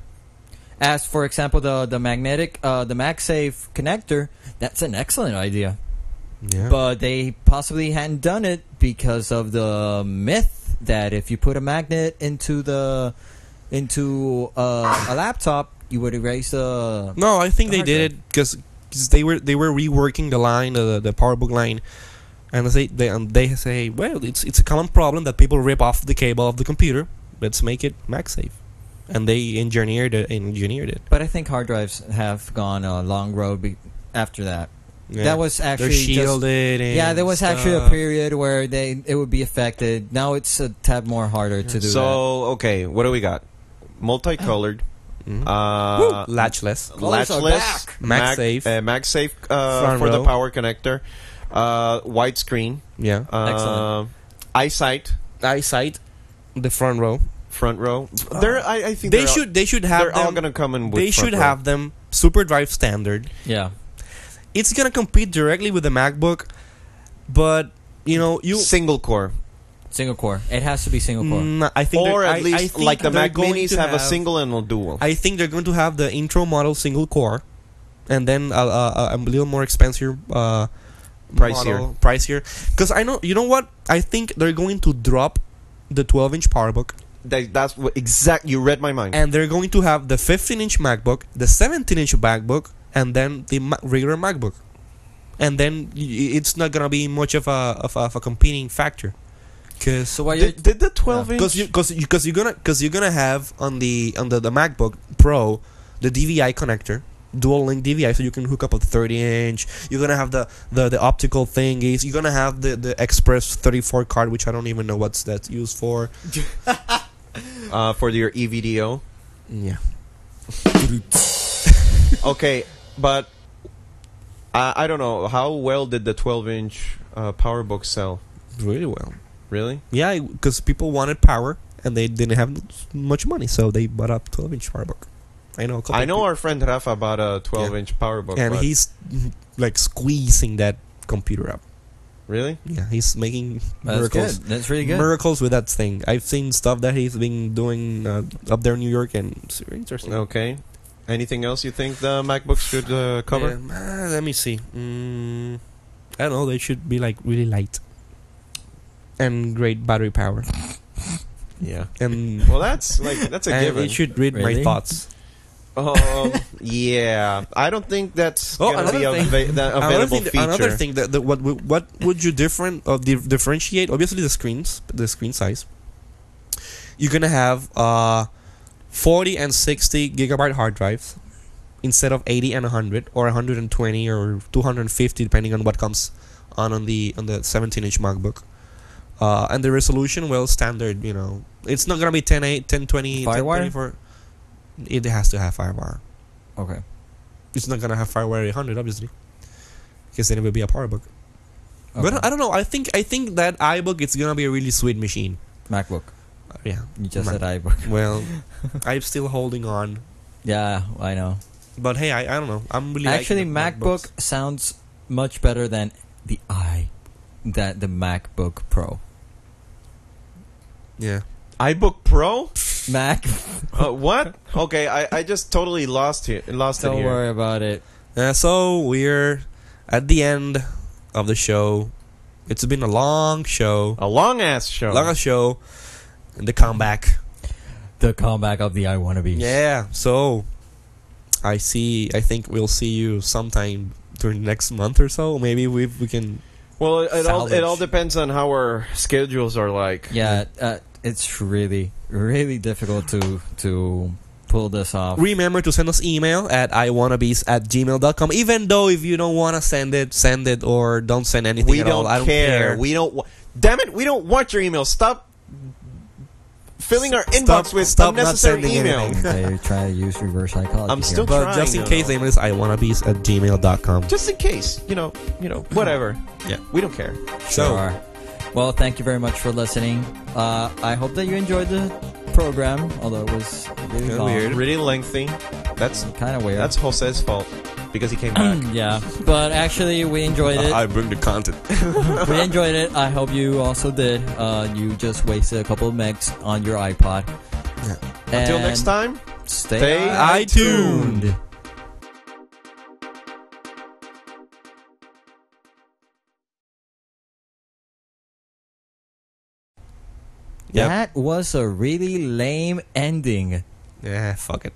As for example, the the magnetic uh, the MagSafe connector, that's an excellent idea. Yeah. But they possibly hadn't done it because of the myth that if you put a magnet into the into uh, a laptop, you would erase the. no, I think The they hard did it because they were they were reworking the line the the PowerBook line. And they say, they, and they say, well, it's it's a common problem that people rip off the cable of the computer. Let's make it MagSafe, and they engineered it. Engineered it. But I think hard drives have gone a long road be- after that. Yeah. That was they're actually just. shielded. and Yeah, there was actually a stuff. Mm-hmm. period where they it would be affected. Now it's a tad more harder to do that. so okay, what do we got? Multicolored, Mhm. uh, Woo! latchless. Colors are latchless, back. Mag- MagSafe. uh, MagSafe uh, Front for the row. power connector, uh, widescreen, Yeah, uh, Excellent. eyesight, eyesight. The front row. front row. They're, I, I think Uh, They they're all- should. they should have. they're them, all gonna come in. With They front should row. have them. Super Drive standard. Yeah. It's gonna compete directly with the MacBook, but you know you. single core, Single core. It has to be single core. Mm, I think or they're- at I- I least think like the they're Mac going to Minis have, a single and a dual. I think they're going to have the intro model single core, and then a, a, a- a little more expensive, uh, Pricier. model, pricier. Because I know you know what I think they're going to drop the 12 inch PowerBook, That, that's what exact. You read my mind. and they're going to have the 15 inch MacBook, the 17 inch MacBook, and then the ma- regular MacBook. and then y- it's not gonna be much of a of a, of a competing factor. Because So why you Did, did the 12 inch? Yeah. because you, cause you, cause you're gonna because you're gonna have on the on the, the MacBook Pro the DVI connector, dual link DVI, so you can hook up a 30 inch. You're gonna have the the, the optical thingies. You're gonna have the the Express 34 card, which I don't even know what's that's used for. uh, for your EVDO. Yeah. okay, but I, I don't know how well did the 12 inch uh, PowerBook sell? Really well. Really? Yeah, because people wanted power and they didn't have much money, so they bought up 12 inch PowerBook. I know. A couple I know of our friend Rafa bought a 12 inch PowerBook. people- and but- he's mm, like squeezing that computer up. really? Yeah, he's making That's good. miracles. That's really good. Miracles with that thing. I've seen stuff that he's been doing uh, up there in New York, and it's very interesting. Okay. Anything else you think the MacBook should uh, cover? Um, uh, let me see. Mm, I don't know. They should be like really light and great battery power. Yeah. And, Well, that's like that's a and given. it should read my Really? thoughts. um, yeah, I don't think that's Oh, gonna be a another thing. va- the another available thing, that- feature. Another thing that, that what would- what would you different or di- differentiate? Obviously, the screens, the screen size. You're gonna have uh, 40 and 60 gigabyte hard drives instead of 80 and 100 or 120 or 250 depending on what comes on on the on the 17 inch MacBook. Uh, and the resolution, well, standard. You know, it's not gonna be 10 8, 1020, Firewire? 1024. It has to have firewire Okay. it's not gonna have FireWire 800 obviously because then it will be a PowerBook. But Okay. I don't know. I think I think that iBook it's gonna be a really sweet machine. MacBook. Uh, yeah. You just Mac- said iBook. Well, I'm still holding on, Yeah, I know. but hey, I, I don't know. I'm really liking Actually, the MacBook MacBooks. sounds much better than the i that the MacBook Pro. Yeah. iBook Pro? Mac, Uh, what? Okay, I, I just totally lost here. Lost it don't here. worry about it. Uh, so we're at the end of the show. It's been a long show, A long ass show. long show, and the comeback. The comeback of the I wannabes. Yeah. So I see. I think we'll see you sometime during next month or so. Maybe we we can Well, it, it all it Salvage. all depends on how our schedules are like. Yeah, uh, it's really, really difficult to to pull this off. Remember to send us email at iwannabes at gmail.com. Even though if you don't want to send it, send it or don't send anything we at all. don't, I don't care. care. We don't. Wa- Damn it! We don't want your emails. Stop filling our Stop- inbox with stop not unnecessary sending email. anything. they try to use reverse psychology. I'm here. still but just in trying, case, the though. email is iwannabes at gmail.com. Just in case, you know, you know, whatever. Yeah. we don't care. So, Sure. Well, thank you very much for listening. Uh, I hope that you enjoyed the program, although it was really Kinda long. weird. Really lengthy. That's Kind of weird. that's Jose's fault because he came back. yeah, but actually, we enjoyed it. bring the content. we enjoyed it. I hope you also did. Uh, you just wasted a couple of megs on your iPod. Yeah. Until And next time. stay, stay iTuned. iTuned. Yep. That was a really lame ending. Yeah, fuck it.